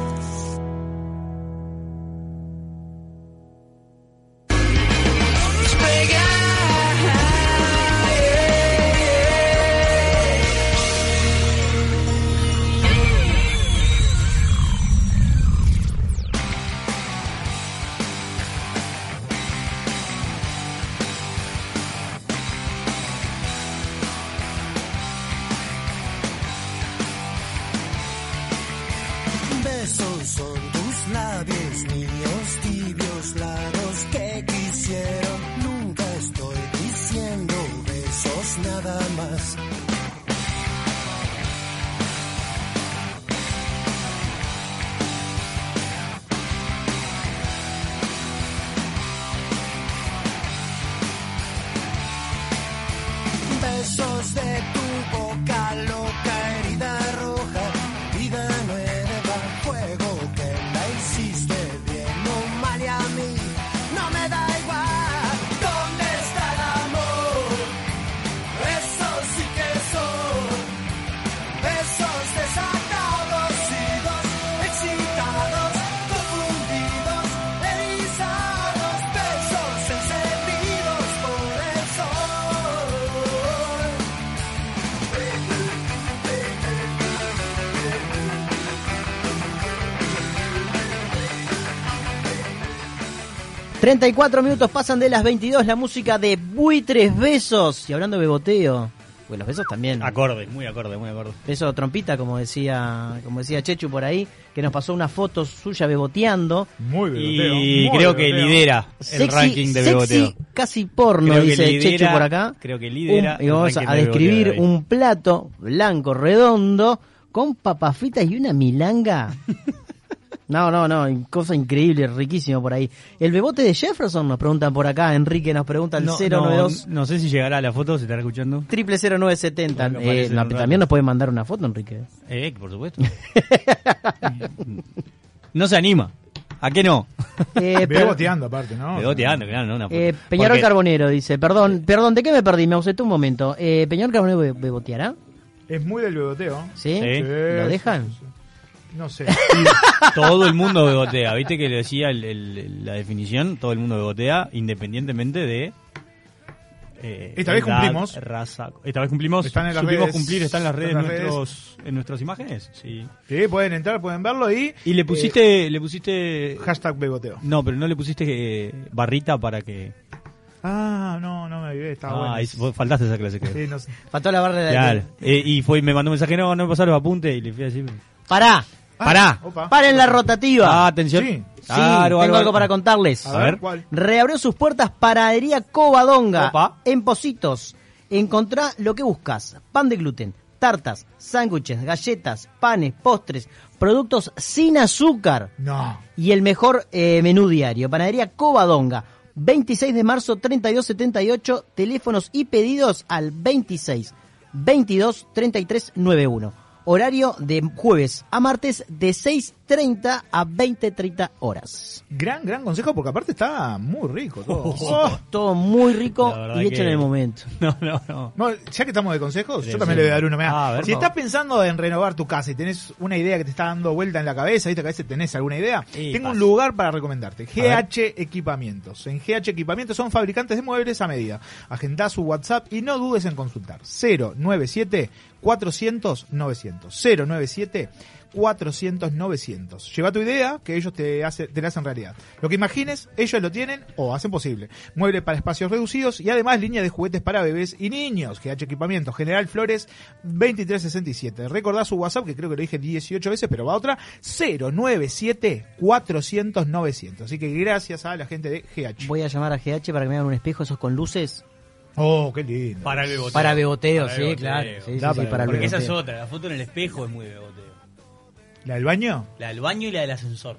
S13: son tus labios, niños tibios, largos que quisieron. Nunca estoy diciendo besos nada más. Besos de tu boca loca, herida roja, vida nueva, fuego que la hiciste bien o mal y a mí no me da igual. ¿Dónde está el amor? Besos sí que son, besos desatados, idos, excitados, confundidos, erizados, besos encendidos por el sol.
S14: Ujú. 34 minutos pasan de las 22, la música de Buitres Besos. Y hablando de beboteo, pues los besos también.
S7: Acorde, muy acorde, muy acorde.
S14: Beso trompita, como decía, como decía Chechu por ahí, que nos pasó una foto suya beboteando.
S6: Muy
S7: beboteo, Y muy creo que beboteo. lidera el ranking de beboteo.
S14: Casi porno,
S7: Creo que
S14: dice
S7: lidera-
S14: Chechu por acá.
S7: creo que lidera
S14: Un- y
S7: el
S14: vamos
S7: ranking
S14: a
S7: de beboteo
S14: describir
S7: de ahí.
S14: un plato blanco, redondo, con papas fritas y una milanga. No, no, no, cosa increíble, riquísimo por ahí. El bebote de Jefferson nos preguntan por acá, Enrique nos pregunta el
S7: No,
S14: 092
S7: no, no sé si llegará la foto, se estará escuchando.
S14: triple 0970.
S7: Bueno, aparece
S14: Eh,
S7: en
S14: no,
S7: un rato.
S14: también nos puede mandar una foto, Enrique.
S7: Eh, por supuesto. no se anima. ¿A qué no?
S14: Eh,
S6: Beboteando aparte, ¿no?
S7: Beboteando, claro, no, una foto.
S14: Eh, Peñarol
S7: Porque-
S14: Carbonero dice, perdón, perdón, ¿de qué me perdí? Me ausenté un momento. Eh, ¿Peñarol Carbonero be- beboteará?
S6: Es muy del beboteo.
S14: ¿Sí? ¿Lo dejan?
S6: No sé.
S7: Todo el mundo bebotea, ¿viste que le decía el- el- el- la definición? Todo el mundo bebotea independientemente de... eh,
S6: Esta vez
S7: edad,
S6: cumplimos.
S7: raza. Esta vez cumplimos.
S6: Están en las
S7: supimos
S6: redes,
S7: cumplir, están en las redes,
S6: están en las
S7: nuestros, en nuestras imágenes. Sí.
S6: Sí, pueden entrar, pueden verlo y. eh,
S7: Y le pusiste, le pusiste.
S6: Hashtag beboteo.
S7: No, pero no le pusiste eh, barrita para que.
S6: Ah, no, no me avivé, estaba
S7: ah,
S6: bueno.
S7: es- vos faltaste a esa clase, creo.
S6: Sí, no sé.
S14: Faltó la barra de
S7: Claro. Eh, y fue, y me mandó un mensaje, no, no me pasaron los apuntes y le fui a decir.
S14: Pará,
S7: Ah, pará.
S14: opa. Paren la rotativa.
S7: Ah, atención. Sí.
S14: Sí,
S7: Claro,
S14: tengo
S7: bárbaro.
S14: algo para contarles.
S7: A ver. ¿Cuál?
S14: Reabrió sus puertas Panadería Covadonga en Positos. Encontrá lo que buscas: pan de gluten, tartas, sándwiches, galletas, panes, postres, productos sin azúcar.
S6: No.
S14: Y el mejor eh, menú diario, Panadería Covadonga. 26 de marzo 3278, teléfonos y pedidos al 26 22 33 91. Horario de jueves a martes de 6.30 a 20.30 horas.
S6: Gran, gran consejo, porque aparte está muy rico todo.
S14: Oh, todo muy rico y hecho en el momento.
S7: No, no, no.
S6: No, ya que estamos de consejos,
S7: Sí,
S6: yo también
S7: sí.
S6: le voy a dar uno. mirá.
S7: Ah, a ver,
S6: si
S7: por
S6: estás pensando en renovar tu casa y tenés una idea que te está dando vuelta en la cabeza, viste que a veces tenés alguna idea, tengo un lugar para recomendarte. GH Equipamientos. En GH Equipamientos son fabricantes de muebles a medida. Agendá su WhatsApp y no dudes en consultar. 097 400 900. 097 400 900. Lleva tu idea que ellos te, hace- te la hacen realidad. Lo que imagines, ellos lo tienen o hacen posible. Mueble para espacios reducidos y además línea de juguetes para bebés y niños. GH Equipamientos, General Flores 2367. Recordá su WhatsApp que creo que lo dije 18 veces, pero va otra 097 400 900. Así que gracias a la gente de GH.
S14: Voy a llamar a GH para que me hagan un espejo, esos con luces.
S6: Oh, qué lindo.
S7: Para el beboteo.
S14: Para beboteo,
S7: Para
S14: sí,
S7: beboteo.
S14: claro. Sí, sí,
S6: Da
S14: sí,
S6: para
S14: para el
S7: Porque esa es
S14: beboteo.
S7: otra, la foto en el espejo es muy beboteo.
S6: ¿La del baño?
S7: La del baño y la del ascensor.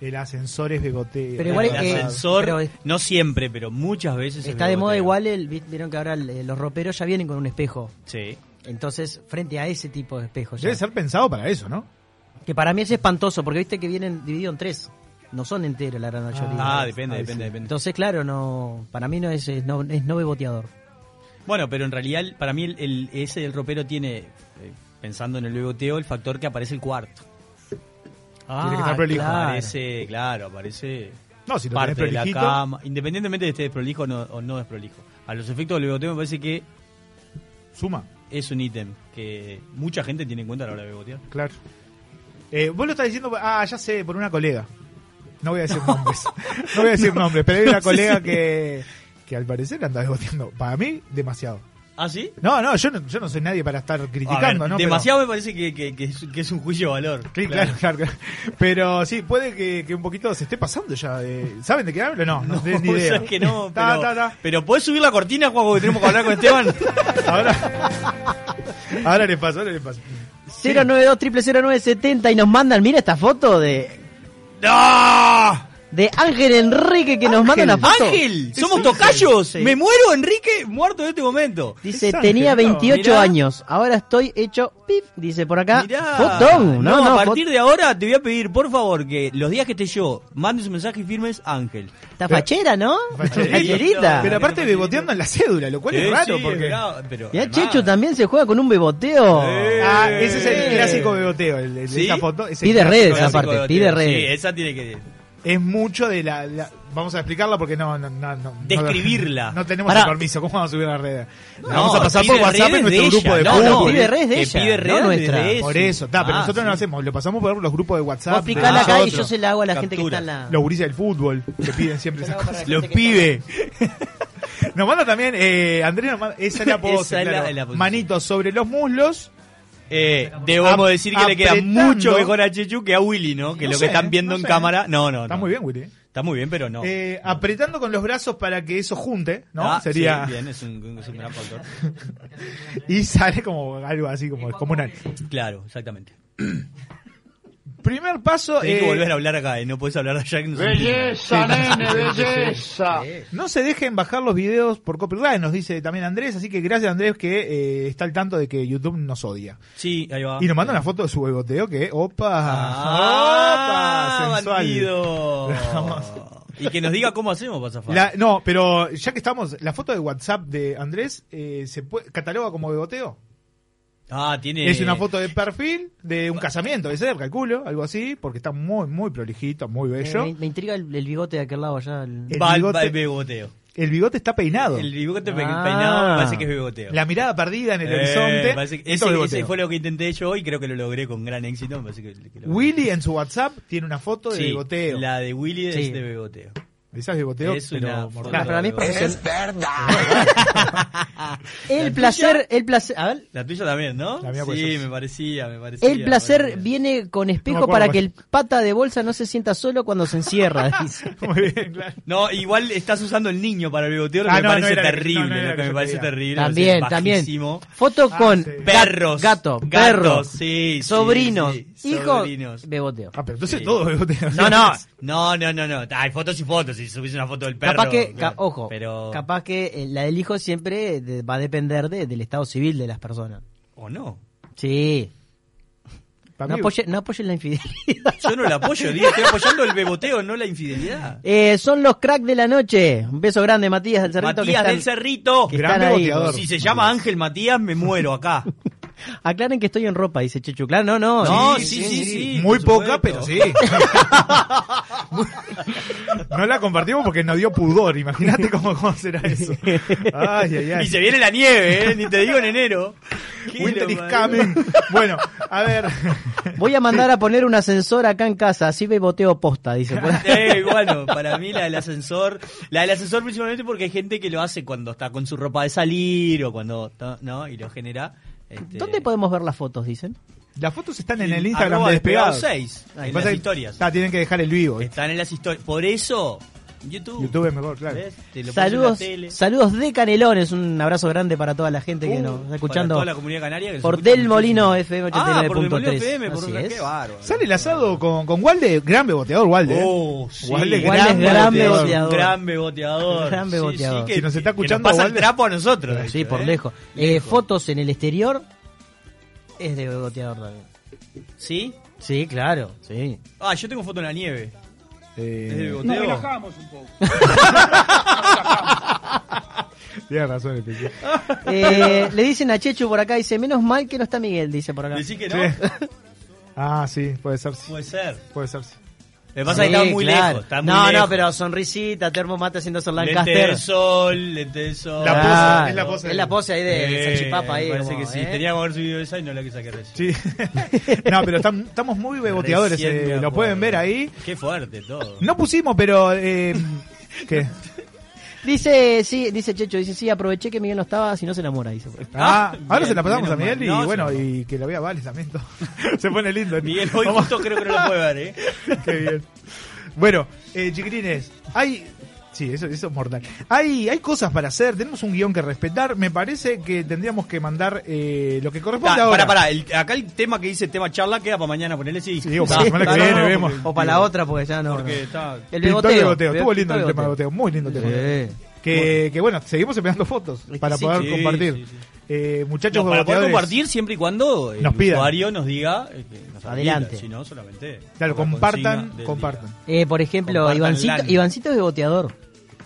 S6: El ascensor es bigoteo.
S14: Pero igual
S7: el
S14: es que-
S7: ascensor,
S14: pero es-
S7: no siempre, pero muchas veces es
S14: Está de
S7: beboteo.
S14: moda igual, el, vi- vieron que ahora eh, los roperos ya vienen con un espejo.
S7: Sí.
S14: Entonces, frente a ese tipo de espejos. ya.
S6: Debe ser pensado para eso, ¿no?
S14: Que para mí es espantoso, porque viste que vienen divididos en tres. No son enteros la gran mayoría.
S7: Ah, depende, depende, depende.
S14: Entonces, claro, no para mí no es, es no, es no beboteador.
S7: Bueno, pero en realidad, el- para mí, el, el- ese del ropero tiene, eh, pensando en el beboteo, el factor que aparece el cuarto.
S14: Tiene
S7: Ah,
S14: que estar prolijo. claro.
S7: Aparece, claro, aparece
S6: No, si lo
S7: parte
S6: tenés
S7: de la
S6: prolijito.
S7: cama. Independientemente de que esté desprolijo no- o no desprolijo. A los efectos del beboteo me parece que
S6: Suma.
S7: es un ítem que mucha gente tiene en cuenta a la hora de bebotear.
S6: Claro. Eh, vos lo estás diciendo, ah, ya sé, por una colega. No voy a decir nombres. No voy a decir
S7: No.
S6: nombres, pero hay una
S7: No sé
S6: colega
S7: si-
S6: que, que al parecer anda beboteando. Para mí, demasiado.
S7: ¿Ah, sí?
S6: No, no, yo no, yo no soy nadie para estar criticando,
S7: A ver,
S6: ¿no? Pero-
S7: Demasiado me parece que, que- que es, que es un juicio de valor.
S6: Sí, claro, claro, claro. Pero sí, puede que, que un poquito se esté pasando ya. eh, ¿Saben de qué hablo? No, no, tenés ni
S7: o
S6: idea.
S7: sea que no,
S6: Ta,
S7: pero-
S6: ta, ta.
S7: Pero ¿podés subir la cortina, Juan, porque tenemos que hablar con Esteban?
S6: Ahora le paso, ahora le paso.
S14: 092-00970 y nos mandan, mira esta foto de...
S7: ¡No!
S14: De Ángel Enrique que nos manda una foto.
S7: Ángel, somos tocayos. Me muero, Enrique, muerto en este momento.
S14: Dice, tenía 28 años, ahora estoy hecho pip, dice por acá.
S7: Mirá.
S14: Fotón, no,
S7: Ah, No,
S14: no,
S7: a
S14: fot-
S7: partir de ahora te voy a pedir, por favor, que los días que esté yo, mandes un mensaje y firmes Ángel.
S14: Está fachera, ¿no? Facherita.
S6: Pero aparte beboteando en la cédula, lo cual
S7: Sí,
S6: es raro
S7: sí,
S6: porque.
S7: mirá, pero
S14: Mirá, Checho también se juega con un beboteo.
S7: Eh.
S6: Ah, ese es el clásico beboteo, el, el-
S14: ¿Sí?
S6: esa foto. ese
S14: Pide
S6: clásico
S14: redes,
S6: beboteo.
S14: aparte, Clásico pide beboteo, redes. sí,
S7: esa tiene que.
S6: Es mucho de la, la- Vamos a explicarla porque no. no, no, no-
S7: Describirla.
S6: No, tenemos
S7: Pará.
S6: el permiso. ¿Cómo vamos a subir a las redes? La
S7: No,
S6: vamos a pasar
S7: pide
S6: por WhatsApp
S7: redes
S6: en nuestro
S7: de
S6: grupo
S7: ella.
S6: de
S7: No,
S6: fútbol.
S7: no, Pide redes de que ella, pide no redes nuestra. de
S6: Por
S7: ellos.
S6: eso, está, pero
S7: Ah,
S6: nosotros no lo
S7: sí.
S6: hacemos. Lo pasamos por los grupos de WhatsApp.
S14: Vos
S6: de
S14: aplicala acá y
S6: nosotros.
S14: yo se la hago a la gente que está en la...
S6: Los gurises del fútbol que piden siempre esas
S14: la
S6: cosas.
S14: gente Los que
S6: pibes. nos manda también, eh, Andrés, nos manda- esa es la pose,
S7: Esa es la-
S6: claro.
S7: es la posición.
S6: Manitos sobre los muslos.
S7: Eh, debemos
S6: Ap-
S7: decir que le queda
S6: apretando.
S7: mucho mejor a Chechu que a Willy, ¿no? Que
S6: No
S7: lo
S6: sé,
S7: que están viendo
S6: no
S7: en
S6: sé.
S7: cámara. No, no,
S6: Está
S7: no.
S6: muy bien, Willy.
S7: Está muy bien, pero no.
S6: Eh, apretando con los brazos para que eso junte, ¿no?
S7: Ah,
S6: Sería.
S7: sí, bien, es un, es un gran factor.
S6: Y sale como algo así, como descomunal.
S7: Claro, exactamente.
S6: Primer paso.
S7: Tienes
S6: eh,
S7: que volver a hablar acá, eh, no puedes hablar allá. que no se
S6: Belleza,
S7: entiende.
S6: nene, belleza. No se dejen bajar los videos por copyright, nos dice también Andrés. Así que gracias, Andrés, que eh, está al tanto de que YouTube nos odia.
S7: Sí, ahí va.
S6: Y nos manda una foto de su beboteo que, opa,
S7: Ah,
S6: opa, sensual.
S7: bandido. Y que nos diga cómo hacemos para zafar.
S6: La- no, pero ya que estamos, la foto de WhatsApp de Andrés eh, se puede, cataloga como beboteo.
S7: Ah, tiene.
S6: Es una foto de perfil de un casamiento, de ser, calculo, algo así, porque está muy, muy prolijito, muy
S14: Eh,
S6: bello.
S14: me, me intriga el, el bigote de aquel lado allá. el-
S6: el
S7: Va, el- va el
S6: bigote-
S7: beboteo.
S6: El bigote está peinado.
S7: El bigote pe-
S6: Ah.
S7: peinado parece que es beboteo.
S6: La mirada perdida en el
S7: Eh,
S6: horizonte.
S7: parece que-
S6: Esto es
S7: ese,
S6: beboteo.
S7: ese fue lo que intenté yo hoy, creo que lo logré con gran éxito. me parece que- que lo-
S6: Willy en su WhatsApp tiene una foto de
S7: Sí,
S6: bigoteo.
S7: La de Willy es
S6: Sí.
S7: de beboteo.
S6: Esa es bigoteo,
S7: Es
S6: pero
S7: una
S6: mortal.
S7: foto Para mí es de beboteo. profesional.
S14: El placer, el placer, a ver,
S7: La tuya también, ¿no?
S6: mía puede
S7: sí,
S6: ser.
S7: me parecía, me parecía.
S14: El placer viene con espejo
S7: acuerdo
S14: para
S7: cuál
S14: que
S7: es.
S14: el pata de bolsa no se sienta solo cuando se encierra. dice.
S7: No, igual estás usando el niño para el beboteo, lo que
S14: Ah,
S7: me
S14: no, no
S7: parece
S14: era lo que-
S7: terrible,
S14: no, no era
S7: lo
S14: lo
S7: que
S14: que
S7: me
S14: yo
S7: parece
S14: quería.
S7: terrible. me
S14: También,
S7: parece
S14: también.
S7: bajísimo. Ah,
S14: Foto con
S7: sí.
S14: gat-
S7: Perros,
S14: gato,
S7: gatos,
S14: perro,
S7: sí, sí,
S14: sobrinos,
S7: sí,
S14: hijos,
S7: sobrinos.
S14: beboteo.
S6: Ah, pero entonces
S7: Sí.
S6: todo beboteo.
S7: No, no, no, no, no, no. Hay fotos y fotos. Si subís una foto del perro.
S14: capaz que,
S7: claro.
S14: ca- ojo,
S7: Pero,
S14: capaz que eh, la del hijo siempre eh, de- va a depender de- del estado civil de las personas.
S7: ¿o no?
S14: Sí.
S7: Pa'
S14: No
S7: mí-
S14: apoyen, no apoyen la infidelidad.
S7: Yo no la apoyo, digo, estoy apoyando el beboteo, no la infidelidad.
S14: Eh, son los cracks de la noche. Un beso grande, Matías del Cerrito. que
S7: Matías
S14: están-
S7: del Cerrito.
S14: que Gran están ahí. beboteador.
S7: Si se llama Ángel Matías, me muero acá.
S14: Aclaren que estoy en ropa, dice Chechu. Claro, no, no.
S7: No,
S14: eh,
S7: sí, sí, sí,
S6: Muy
S7: por
S6: poca, pero sí. no la compartimos porque nos dio pudor. Imagínate cómo, cómo será eso. Ay, ay, ay.
S7: Y se viene la nieve, ¿eh? ni te digo en enero. Qué
S6: Winter
S7: lo
S6: is
S7: parió.
S6: coming. Bueno, a ver.
S14: Voy a mandar a poner un ascensor acá en casa, así beboteo posta, dice. por acá.
S7: Eh, bueno, para mí la del ascensor, la del ascensor principalmente porque hay gente que lo hace cuando está con su ropa de salir o cuando, está- ¿no? Y lo genera. este,
S14: ¿Dónde podemos ver las fotos, dicen?
S6: Las fotos están en el Instagram
S7: arroba
S6: de
S7: despegado
S6: Despegados.
S7: 6,
S6: Lo que
S7: en
S6: pasa
S7: las
S6: que-
S7: historias.
S6: Ah, tienen que dejar el vivo.
S7: Están en las historias. Por eso, YouTube.
S6: YouTube es mejor, claro.
S7: ¿Ves? Te Este, lo pones en la
S14: Saludos,
S7: tele.
S14: saludos de Canelones, un abrazo grande para toda la gente que
S7: Uh,
S14: nos está
S7: para
S14: escuchando.
S7: toda la comunidad canaria que nos
S14: por
S7: escucha
S14: Del
S7: muchísimo.
S14: Molino FM 89.3.
S7: Ah, por Del Molino FM, por
S14: Así
S7: una-
S14: es.
S7: qué bárbaro.
S6: Sale el asado con, con Walde, gran beboteador Walde. ¿eh?
S7: Oh, sí.
S6: Walde,
S7: Walde
S6: gran,
S7: es gran
S6: beboteador.
S7: beboteador. Gran beboteador.
S14: Gran
S7: Sí,
S14: beboteador.
S7: sí, que-
S6: Si nos está
S7: que nos
S6: escuchando,
S7: pasa el
S6: Walde-
S7: trapo a nosotros. de
S14: Sí,
S7: hecho,
S14: por
S7: ¿eh?
S14: lejos. Eh, fotos en el exterior es de beboteador también.
S7: ¿Sí?
S14: Sí, claro, sí.
S7: Ah, yo tengo foto en la nieve.
S6: Eh,
S7: ¿Es de
S6: Nos
S7: beboteo?
S6: relajamos
S7: un poco.
S6: Tienes razón, este el piqué.
S14: Eh, le dicen a Chechu por acá, dice, menos mal que no está Miguel, dice por acá.
S7: Decí que no.
S6: Sí. Ah, sí, puede ser. sí.
S7: Puede ser. Eh,
S6: Puede ser. sí.
S7: Me pasa que
S14: Sí,
S7: estaba muy
S14: claro.
S7: lejos. Estaba muy
S14: no,
S7: lejos.
S14: no, pero sonrisita, termo mate haciendo ser
S7: Lente
S14: Lancaster.
S7: de sol, lente de sol.
S14: La pose, Claro. es la pose. Es la pose ahí de- de
S7: Eh,
S14: salchipapa ahí,
S7: Parece
S14: como,
S7: que sí.
S14: ¿eh?
S7: Tenía que haber subido esa y no la que saqué recién.
S6: Sí. No, pero estamos, estamos muy beboteadores.
S7: Recién
S6: eh,
S7: me
S6: lo
S7: acuerdo.
S6: pueden ver ahí.
S7: Qué fuerte todo.
S6: No pusimos, pero. eh, ¿Qué?
S14: Dice, sí, dice Checho, dice, sí, aproveché que Miguel no estaba, si no se enamora, dice.
S6: Ah, ahora
S14: Bien,
S6: se la pasamos a Miguel
S14: menos mal.
S6: y
S14: No, se
S6: bueno,
S14: enamoró.
S6: y que lo vea Vale también. todo. se pone lindo.
S7: Miguel, hoy justo creo que no lo puede ver, ¿eh?
S6: Qué bien. Bueno, eh, chiquitines, hay. Sí, eso, eso es mortal. Hay, hay cosas para hacer, tenemos un guión que respetar. Me parece que tendríamos que mandar eh, lo que corresponde
S7: Ah,
S6: ahora.
S7: pará, pará, el- acá el tema que dice tema charla queda para mañana, ponele sí.
S6: o para la semana que viene vemos.
S14: O para la otra, porque ya no.
S7: Porque
S14: no.
S7: está-
S6: Pintor
S14: El bigoteo.
S6: de goteo. Estuvo
S14: Pintor
S6: lindo el
S14: de
S6: tema de goteo, muy lindo el tema. de
S14: Sí.
S6: goteo. Que, que bueno, seguimos esperando fotos para
S7: sí,
S6: poder
S7: sí,
S6: compartir.
S7: sí, sí.
S6: Eh, muchachos,
S7: No, para poder
S6: goteadores,
S7: compartir siempre y cuando el
S6: Nos pidan.
S7: usuario nos diga eh, que nos
S14: Adelante.
S7: Si no, solamente.
S6: Claro,
S7: la consigna
S6: compartan,
S7: del
S6: compartan.
S14: Eh, por ejemplo,
S7: Compartan
S14: Ivancito,
S7: LAN.
S14: Ivancito es beboteador.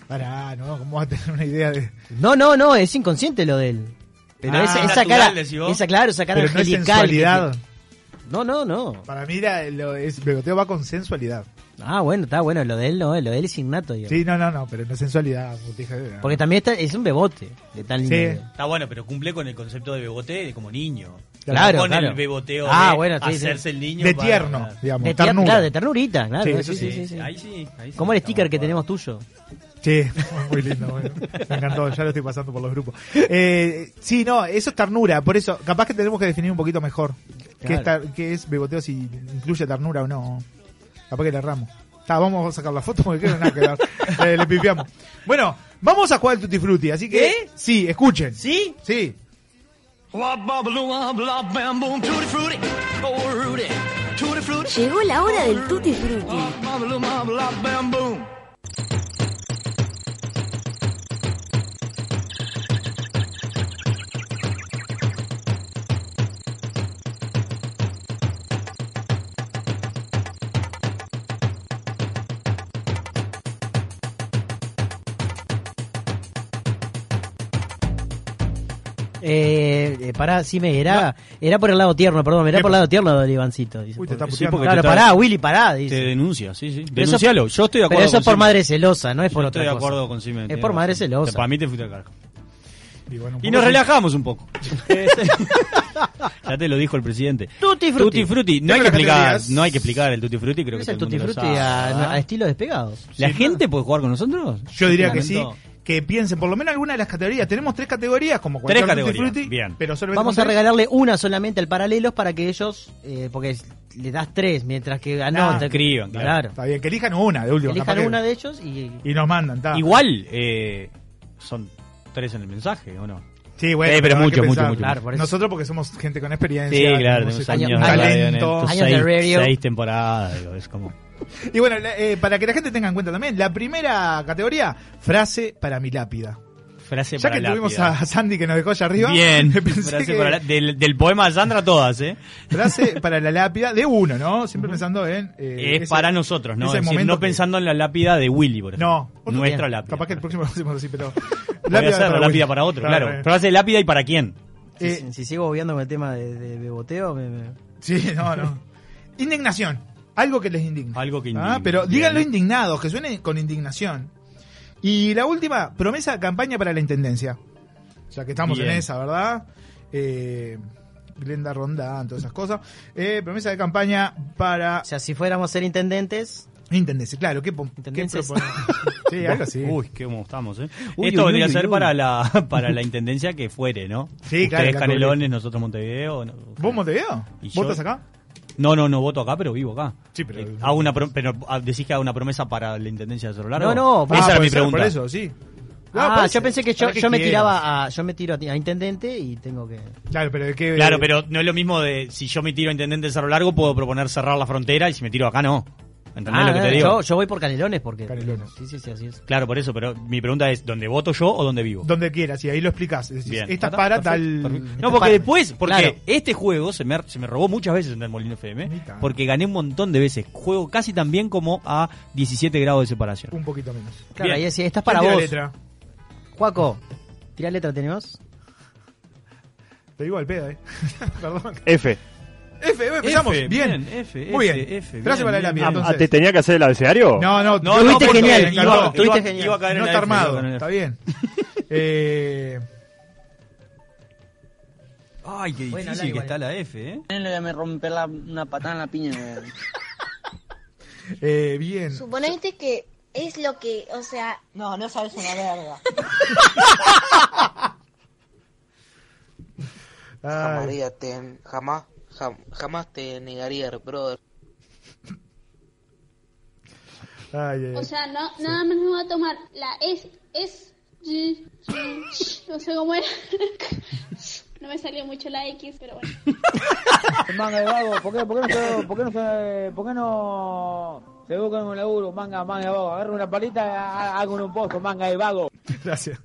S6: Pará, no, ¿cómo vas a tener una idea de.?
S14: No, no, no, es inconsciente lo de él. Pero
S6: Ah,
S14: esa,
S6: es
S14: esa
S6: natural,
S14: cara,
S6: decís vos.
S14: esa claro, esa cara
S6: Pero no es
S14: angelical que tiene.
S6: sensualidad.
S14: No, no, no.
S6: Para mí, la- lo, es, el bigoteo va con sensualidad.
S14: Ah, bueno, está bueno, lo de él no, lo de él es innato, digamos.
S6: Sí, no, no, no, pero no es sensualidad. botija de-
S14: Porque también está, es un bebote de tal nivel.
S7: Está bueno, pero cumple con el concepto de bebote de como niño.
S14: Claro,
S7: No con
S14: claro.
S7: el beboteo
S14: Ah,
S7: de
S14: bueno, sí, sí.
S7: hacerse el niño.
S14: De
S7: para-
S14: tierno,
S6: digamos,
S14: De tier-
S6: ternura.
S14: claro, de ternurita, claro.
S6: Sí,
S14: Sí,
S6: eso sí.
S14: sí, sí, sí.
S7: Ahí sí, ahí sí.
S14: Como el sticker que tenemos tuyo.
S6: Sí, muy lindo. bueno. Me encantó, ya lo estoy pasando por los grupos. Eh, sí, no, eso es ternura. Por eso, capaz que tenemos que definir un poquito mejor qué, es,
S14: Claro.
S6: tar- qué es beboteo, si incluye ternura o no. Capaz que le erramos. Está, vamos a sacar la foto porque creo que nada que ver. Eh, le pifiamos. Bueno, vamos a jugar el Tutti Frutti, así que...
S14: ¿Eh?
S13: ¿Qué?
S6: Sí, escuchen.
S7: ¿Sí?
S6: Sí.
S13: Oh,
S23: Llegó la hora del tutti frutti.
S14: Eh, eh, pará, sí, me, era, era por el lado tierno, perdón, era por el lado tierno del Ivancito. Dice,
S7: Uy, te está
S14: Porque-
S7: puteando. Sí, porque
S14: claro,
S7: te está-
S14: pará, Willy, pará. Dice.
S7: Te denuncia, sí, sí.
S14: Pero eso-
S7: Denuncialo, yo estoy de acuerdo.
S14: Pero eso
S7: con
S14: es por
S7: Simen.
S14: madre celosa, no es por
S7: Yo
S14: otra
S7: Estoy de
S14: cosa.
S7: acuerdo con Simen.
S14: Es
S7: tiene
S14: por madre
S7: razón.
S14: celosa.
S7: Para mí te fuiste al carajo.
S6: Y, bueno, un
S7: Y
S6: poco
S7: nos
S6: sí.
S7: relajamos un poco. ya te lo dijo el presidente.
S14: Tutti frutti.
S7: Tutti frutti. No hay que
S14: Tengo las
S7: explicar,
S14: categorías.
S7: no hay que explicar el tutti frutti, creo que
S14: Es el
S7: todo
S14: tutti
S7: mundo lo
S14: frutti
S7: sabe,
S14: a,
S7: ¿verdad?
S14: a estilos despegados.
S7: ¿La gente puede jugar con nosotros?
S6: Yo diría que sí.
S7: Lamento.
S6: Que piensen por lo menos alguna de las categorías. Tenemos tres categorías, como
S7: Tres
S6: cualquier Tutti
S7: categorías,
S6: Frutti,
S7: bien.
S6: Pero solamente
S14: Vamos
S6: con
S14: a
S6: tres.
S14: regalarle una solamente al paralelos para que ellos, eh, porque es- le das tres, mientras que
S6: Ah,
S14: ganó. te- claro.
S6: Está bien, que elijan una de última.
S14: Elijan
S6: capaz que-
S14: una de ellos y
S6: Y nos mandan, está.
S7: Igual, eh, son tres en el mensaje, ¿o no?
S6: Sí, bueno,
S7: Eh, pero
S6: hay que
S7: mucho, mucho,
S6: pensar.
S7: mucho.
S6: Claro,
S7: mucho.
S6: por eso. Nosotros porque somos gente con experiencia.
S7: Sí, claro,
S6: tenemos
S7: tenemos años de radio en
S6: talento.
S7: esto, seis, seis temporadas, digo, es como...
S6: Y bueno, la- eh, para que la gente tenga en cuenta también, la primera categoría, frase para mi lápida.
S7: Frase
S6: ya
S7: para
S6: que
S7: la
S6: tuvimos
S7: vida.
S6: a Sandy que nos dejó allá arriba.
S7: Bien,
S6: pensé
S7: frase
S6: que-
S7: para la- del, del poema de Sandra todas, ¿eh?
S6: Frase para la lápida de uno, ¿no? Siempre pensando en... eh,
S7: es
S6: ese-
S7: para nosotros, ¿no?
S6: ese
S7: Es decir,
S6: momento
S7: no pensando en la lápida de Willy, por ejemplo. No, nuestra lápida.
S6: Capaz que el próximo lo hacemos así, pero...
S7: Voy a hacer la lápida
S6: Willy.
S7: para otro,
S6: Claro,
S7: claro.
S6: eh.
S7: Frase de lápida y para quién.
S14: Si, si sigo obviando con el tema de, de beboteo, me, me-
S6: Sí, no, no. Indignación. Algo que les indigna.
S7: Algo que
S6: Ah, pero díganlo indignados, que suene con indignación. Y la última, promesa de campaña para la intendencia. Ya que estamos en
S7: Bien.
S6: esa, ¿verdad? Eh, Glenda Rondán, todas esas cosas. Eh, promesa de campaña para. O
S14: sea, si fuéramos a ser intendentes.
S6: Intendencia, claro. ¿Qué, po- qué
S14: Intendencias.
S6: propone? Sí, algo así.
S7: Uy, qué como estamos, ¿eh?
S6: Uy,
S7: Esto
S6: uy,
S7: podría
S6: uy,
S7: ser
S6: uy.
S7: para la para la intendencia que fuere, ¿no?
S6: Sí, claro,
S7: Ustedes
S6: la
S7: Canelones, nosotros Montevideo. no-
S6: ¿Vos Montevideo?
S7: ¿Y yo?
S6: ¿Votas acá?
S7: No, no, no voto acá, pero vivo acá.
S6: Sí, pero-
S7: Eh, hago una pro- pero ah, decís que hago una promesa para la intendencia de Cerro Largo.
S14: No,
S7: esa
S14: no, ah,
S7: era
S6: puede
S7: mi
S6: ser,
S7: pregunta.
S6: por eso, sí.
S14: ah,
S6: puede
S14: yo
S6: ser.
S14: pensé que yo,
S6: Ahora pues, que
S14: yo me
S6: quieras.
S14: tiraba a, yo me tiro a, a intendente y tengo que.
S6: Claro, pero es que- eh,
S7: Claro, pero no es lo mismo de si yo me tiro a intendente de Cerro Largo puedo proponer cerrar la frontera y si me tiro acá no. ¿Entendés
S14: Ah,
S7: lo que te
S14: no,
S7: digo?
S14: Yo, yo voy por canelones porque. Canelones. Sí, sí, sí, así es.
S7: Claro, por eso, pero mi pregunta es, ¿dónde voto yo o dónde vivo?
S6: Donde quieras, y ahí lo explicás. Es decir,
S7: Bien.
S6: Esta es
S7: Está,
S6: para
S7: perfecto,
S6: tal.
S7: perfecto.
S6: esta
S7: No, porque
S6: para-
S7: después, porque
S6: Claro.
S7: este juego se me, se me robó muchas veces en el Molino FM, porque gané un montón de veces. Juego casi tan bien como a 17 grados de separación.
S6: Un poquito menos.
S14: Claro,
S7: Bien.
S14: ahí decía, esta es para
S7: ¿Quién
S14: vos.
S7: tira letra?
S14: Juaco, tira letra, ¿tenemos?
S6: Te digo al pedo, eh. Perdón.
S1: F.
S6: F, bueno, empezamos.
S7: F,
S6: bien.
S7: bien, F,
S6: Muy
S7: F,
S6: bien.
S7: F,
S6: Frase
S7: bien,
S6: para la lápida,
S7: bien, bien.
S1: Ah,
S6: entonces.
S1: ¿te tenía que hacer el abecedario?
S6: No, no,
S7: No, no, porque
S6: Ah, genial,
S7: me encantó.
S6: iba-
S7: Tuviste
S6: iba-
S7: genial.
S6: iba a caer
S7: No
S6: en
S7: está
S6: el
S7: armado.
S6: F, Está bien. Eh,
S7: Ay, qué difícil
S22: Bueno, habla
S7: que
S22: igual.
S7: está la F, ¿eh?
S22: Le voy a romper la- una patada en la piña. weón.
S6: eh, bien.
S24: Suponete que es lo que, o sea... No, no sabes una verga.
S25: Jamaría te, jamás, jam- jamás te negaría, brother.
S6: Ay, ay,
S26: O
S6: ay.
S26: sea, no, nada más me va a tomar la es, es, y- y- no sé cómo era. No me salió mucho la X, pero bueno.
S22: Manga de vago, ¿por qué, por qué no se, por qué no se, por qué no se buscan un laburo? Manga, manga de vago, agarra una palita, hago un pozo, manga de vago.
S6: Gracias.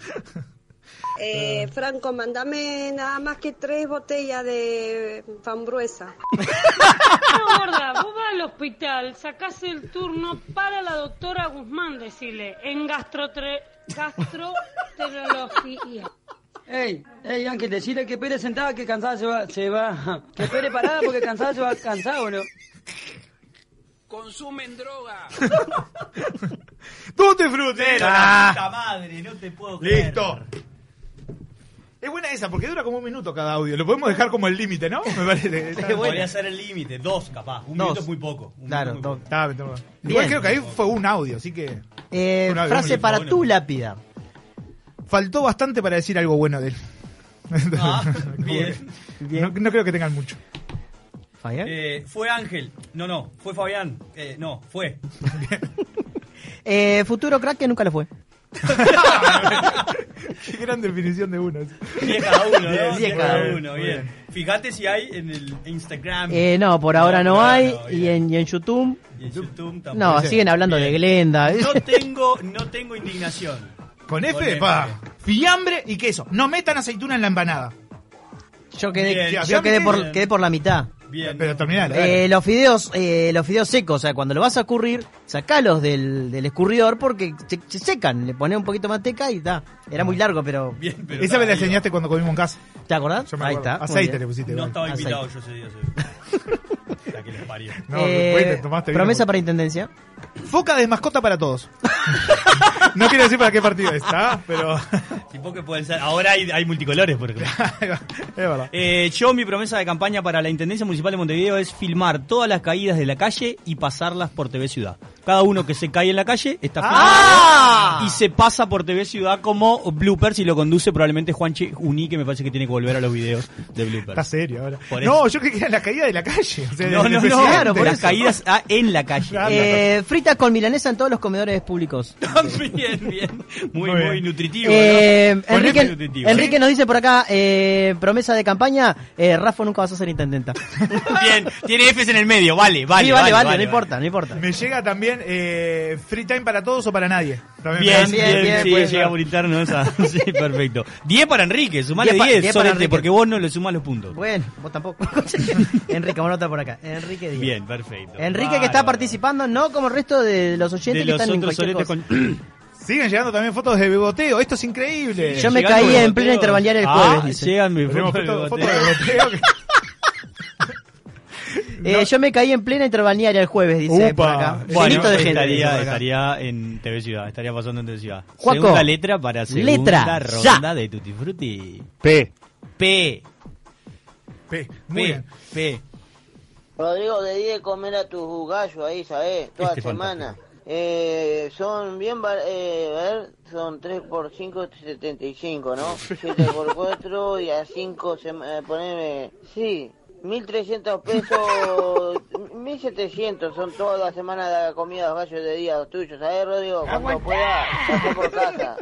S4: Eh, Franco, mandame nada más que tres botellas de fambruesa.
S8: No, gorda, vos vas al hospital, sacás el turno para la doctora Guzmán, decirle, en gastrotre... gastroenterología.
S22: Ey, ey, Ángel, decirle que Pérez sentada que cansada se va, se va. Que Pérez parada porque cansada se va cansado, ¿no?
S27: Consumen droga.
S6: ¡Tutti frutero!
S27: Ah.
S6: ¡La puta
S7: madre! No te puedo
S6: ¡Listo! Es buena esa, porque dura como un minuto cada audio. Lo podemos dejar como el límite, ¿no? Me parece. Está
S7: Podría
S6: buena.
S7: ser el límite, dos capaz. Un
S6: Dos.
S7: minuto es muy poco. Un
S6: Claro,
S7: minuto es muy
S6: Está, está bueno. Igual creo que ahí fue un audio, así que.
S14: Eh,
S6: Un audio,
S14: frase
S6: un
S14: para
S6: audio.
S14: tu lápida.
S6: Faltó bastante para decir algo bueno de él. Como
S7: Ah, bien.
S6: que- No, no creo que tengan mucho.
S7: poco. Eh, fue Ángel. No, no. Fue Fabián. Eh, no, fue.
S14: Eh, futuro crack que nunca lo fue.
S6: Qué gran definición de uno.
S7: 10 cada uno, ¿no?
S6: Bien, diez
S7: 10 cada
S6: cada
S7: uno,
S6: uno,
S7: bien. Fíjate si hay en el Instagram.
S14: Eh, no, por ahora no, hay. y, en, y en YouTube.
S7: Y en YouTube tampoco.
S14: No, siguen hablando de Glenda.
S7: No tengo, no tengo indignación.
S6: Con F, pa. Fiambre y queso. No metan aceituna en la empanada.
S14: Yo quedé, yo quedé por, quedé por la mitad.
S6: Pero terminala. dale.
S14: Eh, los fideos eh, los fideos secos, o sea, cuando lo vas a escurrir, sacalos del, del escurridor porque se, se secan. Le pones un poquito de manteca y está. Era muy largo, pero...
S6: Esa me la enseñaste cuando comimos en casa.
S14: ¿Te acordás? Ahí está. muy
S6: Aceite
S14: bien.
S6: le pusiste.
S7: No
S6: igual.
S7: estaba
S6: Aceite.
S7: invitado yo ese día. ese- La que les parió.
S6: No,
S14: Ah, Eh,
S6: después te tomaste vino
S14: promesa para intendencia.
S6: Foca de mascota para todos. no quiero decir para qué partido está, pero.
S7: Tipo que pueden ser. Ahora hay, hay multicolores, por ejemplo. Eh, yo, mi promesa de campaña para la Intendencia Municipal de Montevideo es filmar todas las caídas de la calle y pasarlas por TV Ciudad. Cada uno que se cae en la calle está filmado y se pasa por TV Ciudad como bloopers y lo conduce probablemente Juanchi Uní, que me parece que tiene que volver a los videos de bloopers.
S6: Está serio ahora.
S7: Por eso.
S6: No, Oh, yo creí que era la caída de la calle. o sea,
S7: No,
S6: del
S7: no, no,
S6: presidente.
S7: claro, por las caídas ah, en la calle.
S14: Eh, fritas con milanesa en todos los comedores públicos.
S7: bien, bien. Muy, muy, nutritivo.
S14: Eh,
S7: ¿no? este
S14: Enrique,
S7: Muy nutritivo.
S14: Enrique nos dice por acá, eh, promesa de campaña, eh, Rafa nunca vas a ser intendenta.
S7: Bien, tiene Fs en el medio, vale, vale.
S14: Sí, vale, vale, no importa, no importa.
S6: Me llega también eh, free time para todos o para nadie. También
S7: Bien,
S6: me-
S7: bien, pues, sí,
S6: puede
S7: llega
S6: ser.
S7: por interno esa. Sí, perfecto. 10 para Enrique, sumale
S14: Diez pa-
S7: 10,
S14: diez para
S7: solete,
S14: Enrique.
S7: porque vos no le sumás los puntos.
S14: Bueno, vos tampoco. Enrique, vos nota por acá. Enrique Díaz.
S7: Bien, perfecto.
S14: Enrique que está participando, no como el resto de los oyentes que están en cualquier cosa.
S6: Siguen llegando también fotos de beboteo. Esto es increíble.
S14: Yo me caí en plena intervalearia el
S7: Ah,
S14: jueves. dice.
S6: Tenemos fotos- fotos de beboteo. que-
S14: Eh, Yo me caí en plena interbalnearia el jueves, dice por acá.
S7: Bueno,
S14: Llenito de gente. dice
S7: estaría,
S14: por acá.
S7: estaría en TV Ciudad, estaría pasando en TV Ciudad.
S14: Juaco,
S7: segunda letra para segunda
S14: letra,
S7: ronda
S14: ya.
S7: de Tutti Frutti.
S1: P.
S7: P.
S6: P.
S7: P. P.
S25: Rodrigo, de día de comer a tus gallos ahí, ¿sabes? Toda
S7: Este
S25: semana. Eh, son bien, bar- eh, a ver, son 3 por 5, 75, ¿no? 7 por 4 y a 5, eh, poneme, sí, 1300 pesos, 1700 son todas las semanas de la comida de los gallos de día tuyos, ¿sabes, Rodrigo? Cuando pueda, pasa por casa.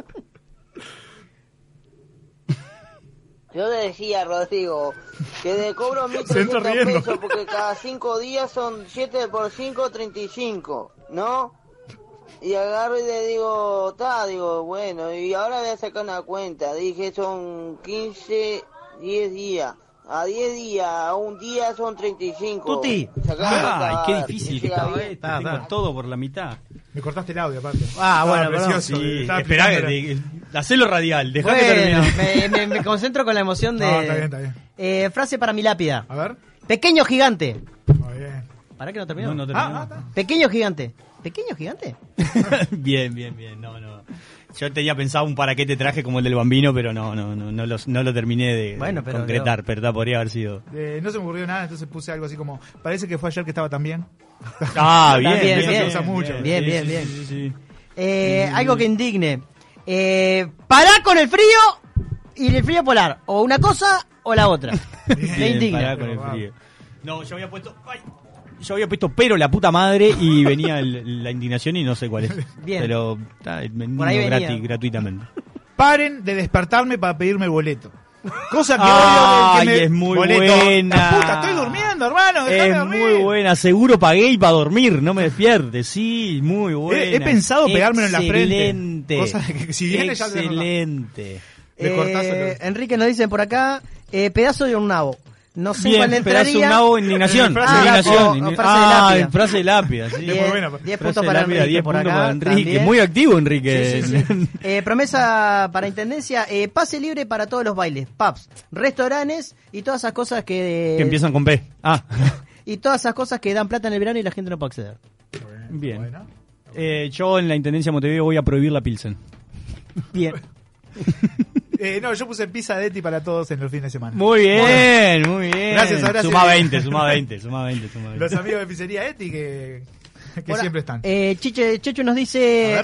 S25: Yo le decía, Rodrigo, que le cobro
S6: Se entra
S25: 1.300
S6: riendo.
S25: pesos porque cada 5 días son 7 por 5, 35, ¿no? Y agarro y le digo, ta, digo, bueno, y ahora voy a sacar una cuenta. Dije, son 15, 10 días. A 10 días, a un día son 35.
S14: Tuti.
S25: Sacá la
S7: Ay,
S25: cuenta,
S7: qué
S25: a ver,
S7: difícil que
S25: llega
S7: estaba
S25: bien.
S7: esto. Tengo todo por la mitad.
S6: Me cortaste el audio, aparte.
S14: Ah, bueno, perdón.
S7: precioso. Sí, esperá, de- hacelo radial, dejá que
S14: Bueno,
S7: termine.
S14: me, me- me concentro con la emoción de.
S7: No, está bien, está bien.
S14: Eh, frase para mi lápida.
S6: A ver.
S14: Pequeño gigante.
S6: Muy bien.
S14: ¿Para que no terminó?
S7: No, no terminó.
S14: Ah, ah, está. Pequeño gigante. ¿Pequeño gigante?
S7: Bien, bien, bien. No, no. Yo tenía pensado un para qué te traje como el del bambino, pero no, no, no, no, los- no lo terminé de
S6: Bueno, pero
S7: concretar, pero ta, podría haber sido.
S6: Eh, no se me ocurrió nada, entonces puse algo así como, parece que fue ayer que estaba tan bien.
S7: Ah,
S6: Está
S7: bien,
S6: bien,
S7: bien,
S6: eso se
S7: bien,
S6: usa mucho.
S7: bien,
S6: Sí,
S7: bien,
S6: sí,
S7: bien.
S6: sí,
S7: sí, sí.
S14: Eh, Algo que indigne. Eh, pará con el frío y el frío polar. O una cosa o la otra. Me
S7: Bien,
S14: indigna.
S7: pará con el frío. No, yo había puesto. ay, yo había puesto pero la puta madre y venía el- la indignación y no sé cuál es.
S6: Bien.
S7: Pero está, me indigno
S6: ahí venía.
S7: gratis, gratuitamente.
S6: Paren de despertarme para pedirme el boleto. Cosa que odio
S7: Ay,
S6: del que me-
S7: es muy
S6: Boleto.
S7: buena.
S6: La puta, estoy durmiendo, hermano. dejame
S7: Es
S6: dormir.
S7: muy buena, seguro pagué y para dormir, no me despierte, sí, muy buena.
S6: He, he pensado pegármelo en la frente.
S7: Excelente.
S6: Cosa que si viene ya te-
S7: Excelente.
S6: Le cortás el-
S14: Eh, Enrique nos dicen por acá, eh, pedazo de un nabo. No sé
S7: Bien,
S14: cuál le
S7: pedazo de
S14: entraría.
S7: un nabo, indignación.
S14: Ah,
S7: indignación.
S14: o- o
S7: indi-
S14: frase de
S7: ah,
S14: lápida.
S7: en frase de lápida. Sí.
S14: Diez- diez puntos para Enrique
S7: diez
S14: por
S7: puntos
S14: acá,
S7: para Enrique.
S14: también.
S7: Muy activo Enrique.
S14: Sí, sí, sí. Eh, promesa para intendencia, eh, pase libre para todos los bailes, pubs, restaurantes y todas esas cosas que,
S7: que empiezan con P. Ah,
S14: y todas esas cosas que dan plata en el verano y la gente no puede acceder.
S7: bien. Eh, yo en la Intendencia de Montevideo voy a prohibir la Pilsen.
S14: Bien.
S6: Eh, no, yo puse pizza de Eti para todos en los fines de semana.
S7: Muy bien,
S6: Bueno.
S7: muy bien.
S6: Gracias, gracias.
S7: Suma 20, suma 20, suma 20, suma 20.
S6: Los amigos de pizzería Eti que, que
S14: Ahora,
S6: siempre están.
S14: Eh, Chiche, Chechu nos dice,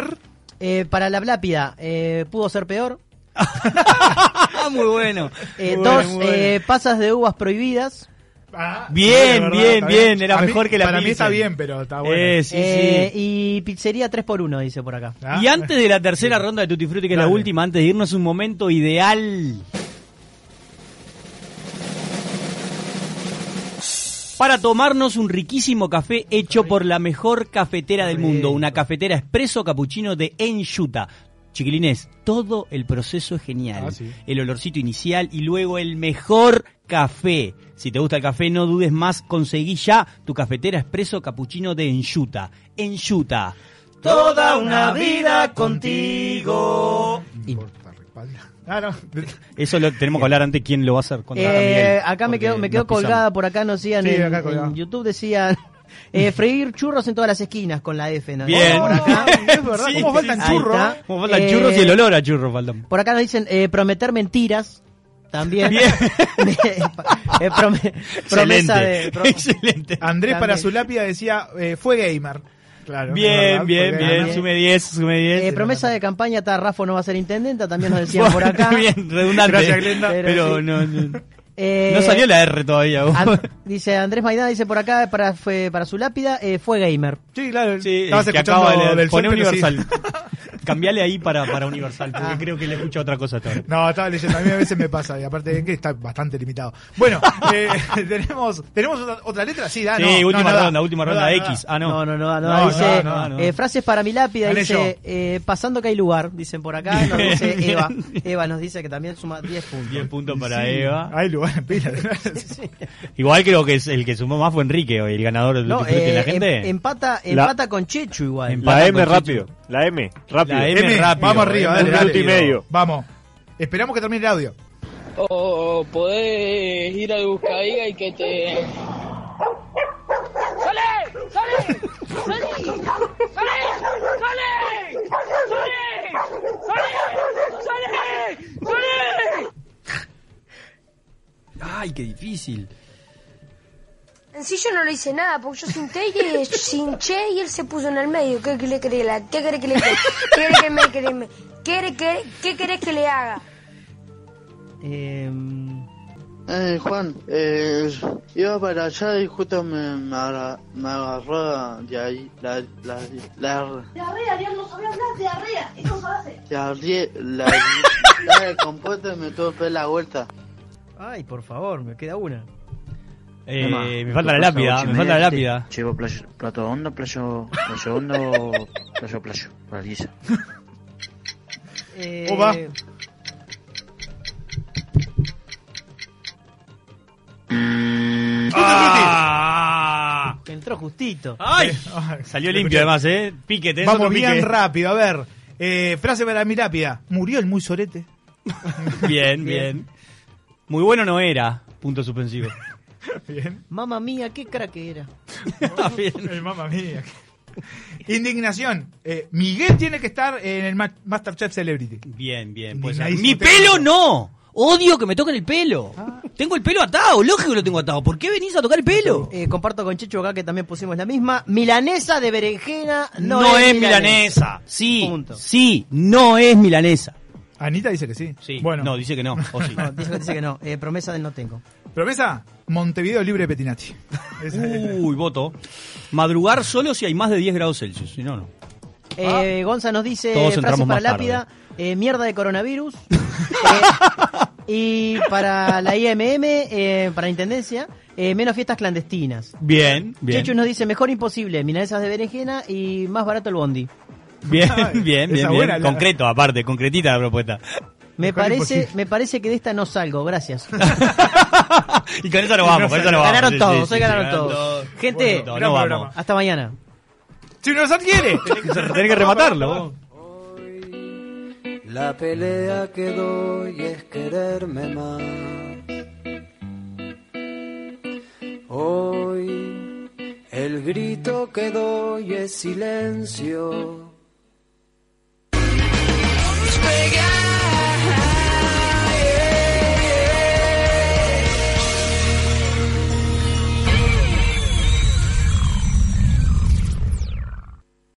S14: eh, para la lápida, eh, ¿pudo ser peor?
S7: Ah, muy bueno.
S14: Eh,
S7: Muy bueno,
S14: dos,
S7: muy bueno.
S14: eh, pasas de uvas prohibidas.
S6: Ah,
S7: Bien,
S6: Bueno,
S7: bien,
S6: está
S7: bien, era
S6: A mí-
S7: mejor que la
S6: Para mí está
S7: Pilsen.
S6: bien, pero está bueno.
S7: Eh, sí,
S14: Eh,
S7: sí.
S14: Y pizzería 3 por 1 dice por acá.
S6: Ah.
S7: Y antes de la tercera ronda de Tutti Frutti, que es la última, antes de irnos, un momento ideal. Para tomarnos un riquísimo café hecho por la mejor cafetera del mundo, una cafetera expreso capuchino de Enchuta. Chiquilines, todo el proceso es genial.
S6: Ah, sí.
S7: El olorcito inicial y luego el mejor café. Si te gusta el café, no dudes más, conseguí ya tu cafetera expreso capuchino de Enchuta. Enchuta.
S14: Toda una vida contigo.
S6: Ah, no.
S7: Eso lo tenemos que hablar antes quién lo va a hacer. cuando haga
S14: Eh,
S7: Miguel,
S14: acá me
S7: porque
S14: quedo, me quedo
S7: nos pisamos.
S14: colgada por acá, nos decían
S6: Sí,
S14: en,
S6: acá colgado.
S14: en YouTube, decían eh, freír churros en todas las esquinas con la F. ¿no?
S7: Bien.
S14: Por acá,
S6: Ah, Es verdad,
S7: Sí,
S6: ¿cómo
S7: sí,
S6: faltan
S7: sí.
S6: churros?
S14: Ahí está.
S7: Como faltan
S14: Eh,
S7: churros y el olor a churros faltan.
S14: por acá nos dicen eh, prometer mentiras. También. Eh, prome- promesa de... pro- eh,
S7: Excelente.
S6: Andrés para
S14: También.
S6: su lápida decía, eh, fue gamer. Claro. es
S7: Bien,
S6: verdad,
S7: bien,
S6: porque
S7: bien.
S6: ganó.
S7: Sume 10, sume 10.
S14: eh, promesa de campaña, está Rafa no va a ser intendenta, también nos decían por acá.
S7: Bien, redundante.
S6: Gracias, Glenda.
S7: Pero,
S6: Pero sí.
S7: no, no,
S14: Eh,
S7: no salió la R todavía. vos.
S14: An- dice Andrés Maidana, dice por acá, para, fue, para su lápida, eh, fue gamer.
S6: Sí, claro.
S7: Sí,
S6: Estabas
S7: que
S6: escuchando
S7: acaba de leer.
S6: del
S7: Poné
S6: sol, pero sí.
S7: Universal. Cambiale ahí para, para Universal,
S14: Ah.
S7: porque creo que le escucha otra cosa hasta ahora.
S6: No, estaba leyendo. A mí a veces me pasa. Y aparte de que está bastante limitado. Bueno, eh, tenemos, tenemos otra, otra letra. Sí, da,
S7: Sí,
S6: no, no,
S7: última
S6: no da.
S7: ronda, última
S6: No
S7: ronda.
S6: da, no
S7: X.
S6: da.
S7: Ah, no.
S14: No, no, no, no,
S6: No,
S14: dice,
S6: no, no, no.
S14: eh, frases para mi lápida,
S6: Gané
S14: dice, eh, pasando que hay lugar, dicen por acá, nos dice Eva. Eva nos dice que también suma 10 puntos.
S7: 10 puntos para
S6: Sí,
S7: Eva.
S6: Hay lugar en pila.
S7: Igual creo que es el que sumó más fue Enrique, hoy, el ganador del
S14: No,
S7: Tutti Frutti.
S14: eh,
S7: la gente.
S14: em- empata,
S7: La-
S14: empata con Chechu igual.
S28: La M rápido. La M rápido.
S7: La M rápido.
S6: Vamos arriba,
S28: Un
S6: dale, dale.
S28: minuto y medio.
S6: Vamos. Esperamos que termine el audio.
S25: O podés ir a Buscaiga y que te.
S8: ¡Sale! ¡Sale! ¡Sale! ¡Sale! ¡Sale! ¡Sale! ¡Sale! ¡Sale!
S7: Ay, qué difícil.
S3: En sí yo no le hice nada, porque yo senté y hinché y él se puso en el medio. ¿Qué querés que le haga? ¿Qué querés que le haga? ¿Qué querés que me querés me- ¿Qué querés que- qué querés que le haga?
S25: Eh, Juan, eh, iba para allá y justo me, me, agra- me agarró de ahí la, la, la,
S8: Diarrea, Dios, no sabía hablar, diarrea. Eso se hace.
S25: la, rie- la, la de compota y me tuvo que pegar la vuelta.
S14: Ay, por favor, me queda una.
S7: Eh,
S14: Emma,
S7: me falta la lápida, me falta la lápida.
S13: Llevo playo, plato hondo, playo, playo hondo, playo, playo, paraliza.
S14: Eh,
S6: Oba.
S7: Ah.
S14: Entró justito.
S7: Ay,
S6: Ay,
S7: salió
S6: lo escuché.
S7: limpio además, ¿eh? Piquete,
S6: Vamos bien rápido, a ver. Eh, frase para mi lápida. Murió el muy sorete.
S7: Bien, bien. Muy bueno no era, punto suspensivo.
S6: Bien.
S14: Mamma mía, qué crack que era.
S6: Ay, mamma mía. Indignación. Eh, Miguel tiene que estar en el Ma- Masterchef Celebrity.
S7: Bien, bien. Puede ser.
S6: Indignadísimo.
S7: ¡Mi Pues pelo no! Odio que me toquen el pelo. Tengo el pelo atado, lógico que lo tengo atado. ¿Por qué venís a tocar el pelo?
S14: Eh, comparto con Checho acá que también pusimos la misma. Milanesa de berenjena
S7: No,
S14: no,
S7: es milanesa. Sí, sí, no es milanesa.
S6: Anita dice que sí.
S7: Sí. No, dice que no. O sí.
S14: No, dice, dice que no. Eh, promesa del no tengo.
S6: Promesa, Montevideo libre de Petinati.
S7: Uy, voto. Madrugar solo si hay más de 10 grados Celsius. Si no, no.
S14: Eh, Gonza nos dice
S7: Todos
S14: frases
S7: entramos
S14: para
S7: más
S14: lápida, eh, mierda de coronavirus. Eh, y para la IMM, eh, para Intendencia, eh, menos fiestas clandestinas.
S7: Bien, bien.
S14: Chechu nos dice, mejor imposible, milanesas de berenjena y más barato el bondi.
S7: Bien,
S14: Ah,
S7: bien, bien.
S6: esa
S7: bien.
S6: buena la-
S7: Concreto, aparte, concretita la propuesta.
S14: Me
S6: Mejor
S14: parece,
S6: imposible.
S14: me parece que de esta no salgo, gracias.
S7: Y con eso nos vamos, con eso nos vamos.
S14: ganaron
S7: Sí,
S14: todos,
S7: sí, sí,
S14: hoy ganaron
S7: ganaron
S14: todos.
S7: todos.
S14: Gente,
S7: Bueno, no Gran vamos. programa.
S14: hasta mañana.
S6: Si no se adquiere,
S7: tenés que rematarlo. vos.
S13: La pelea que doy es quererme más. Hoy el grito que doy es silencio.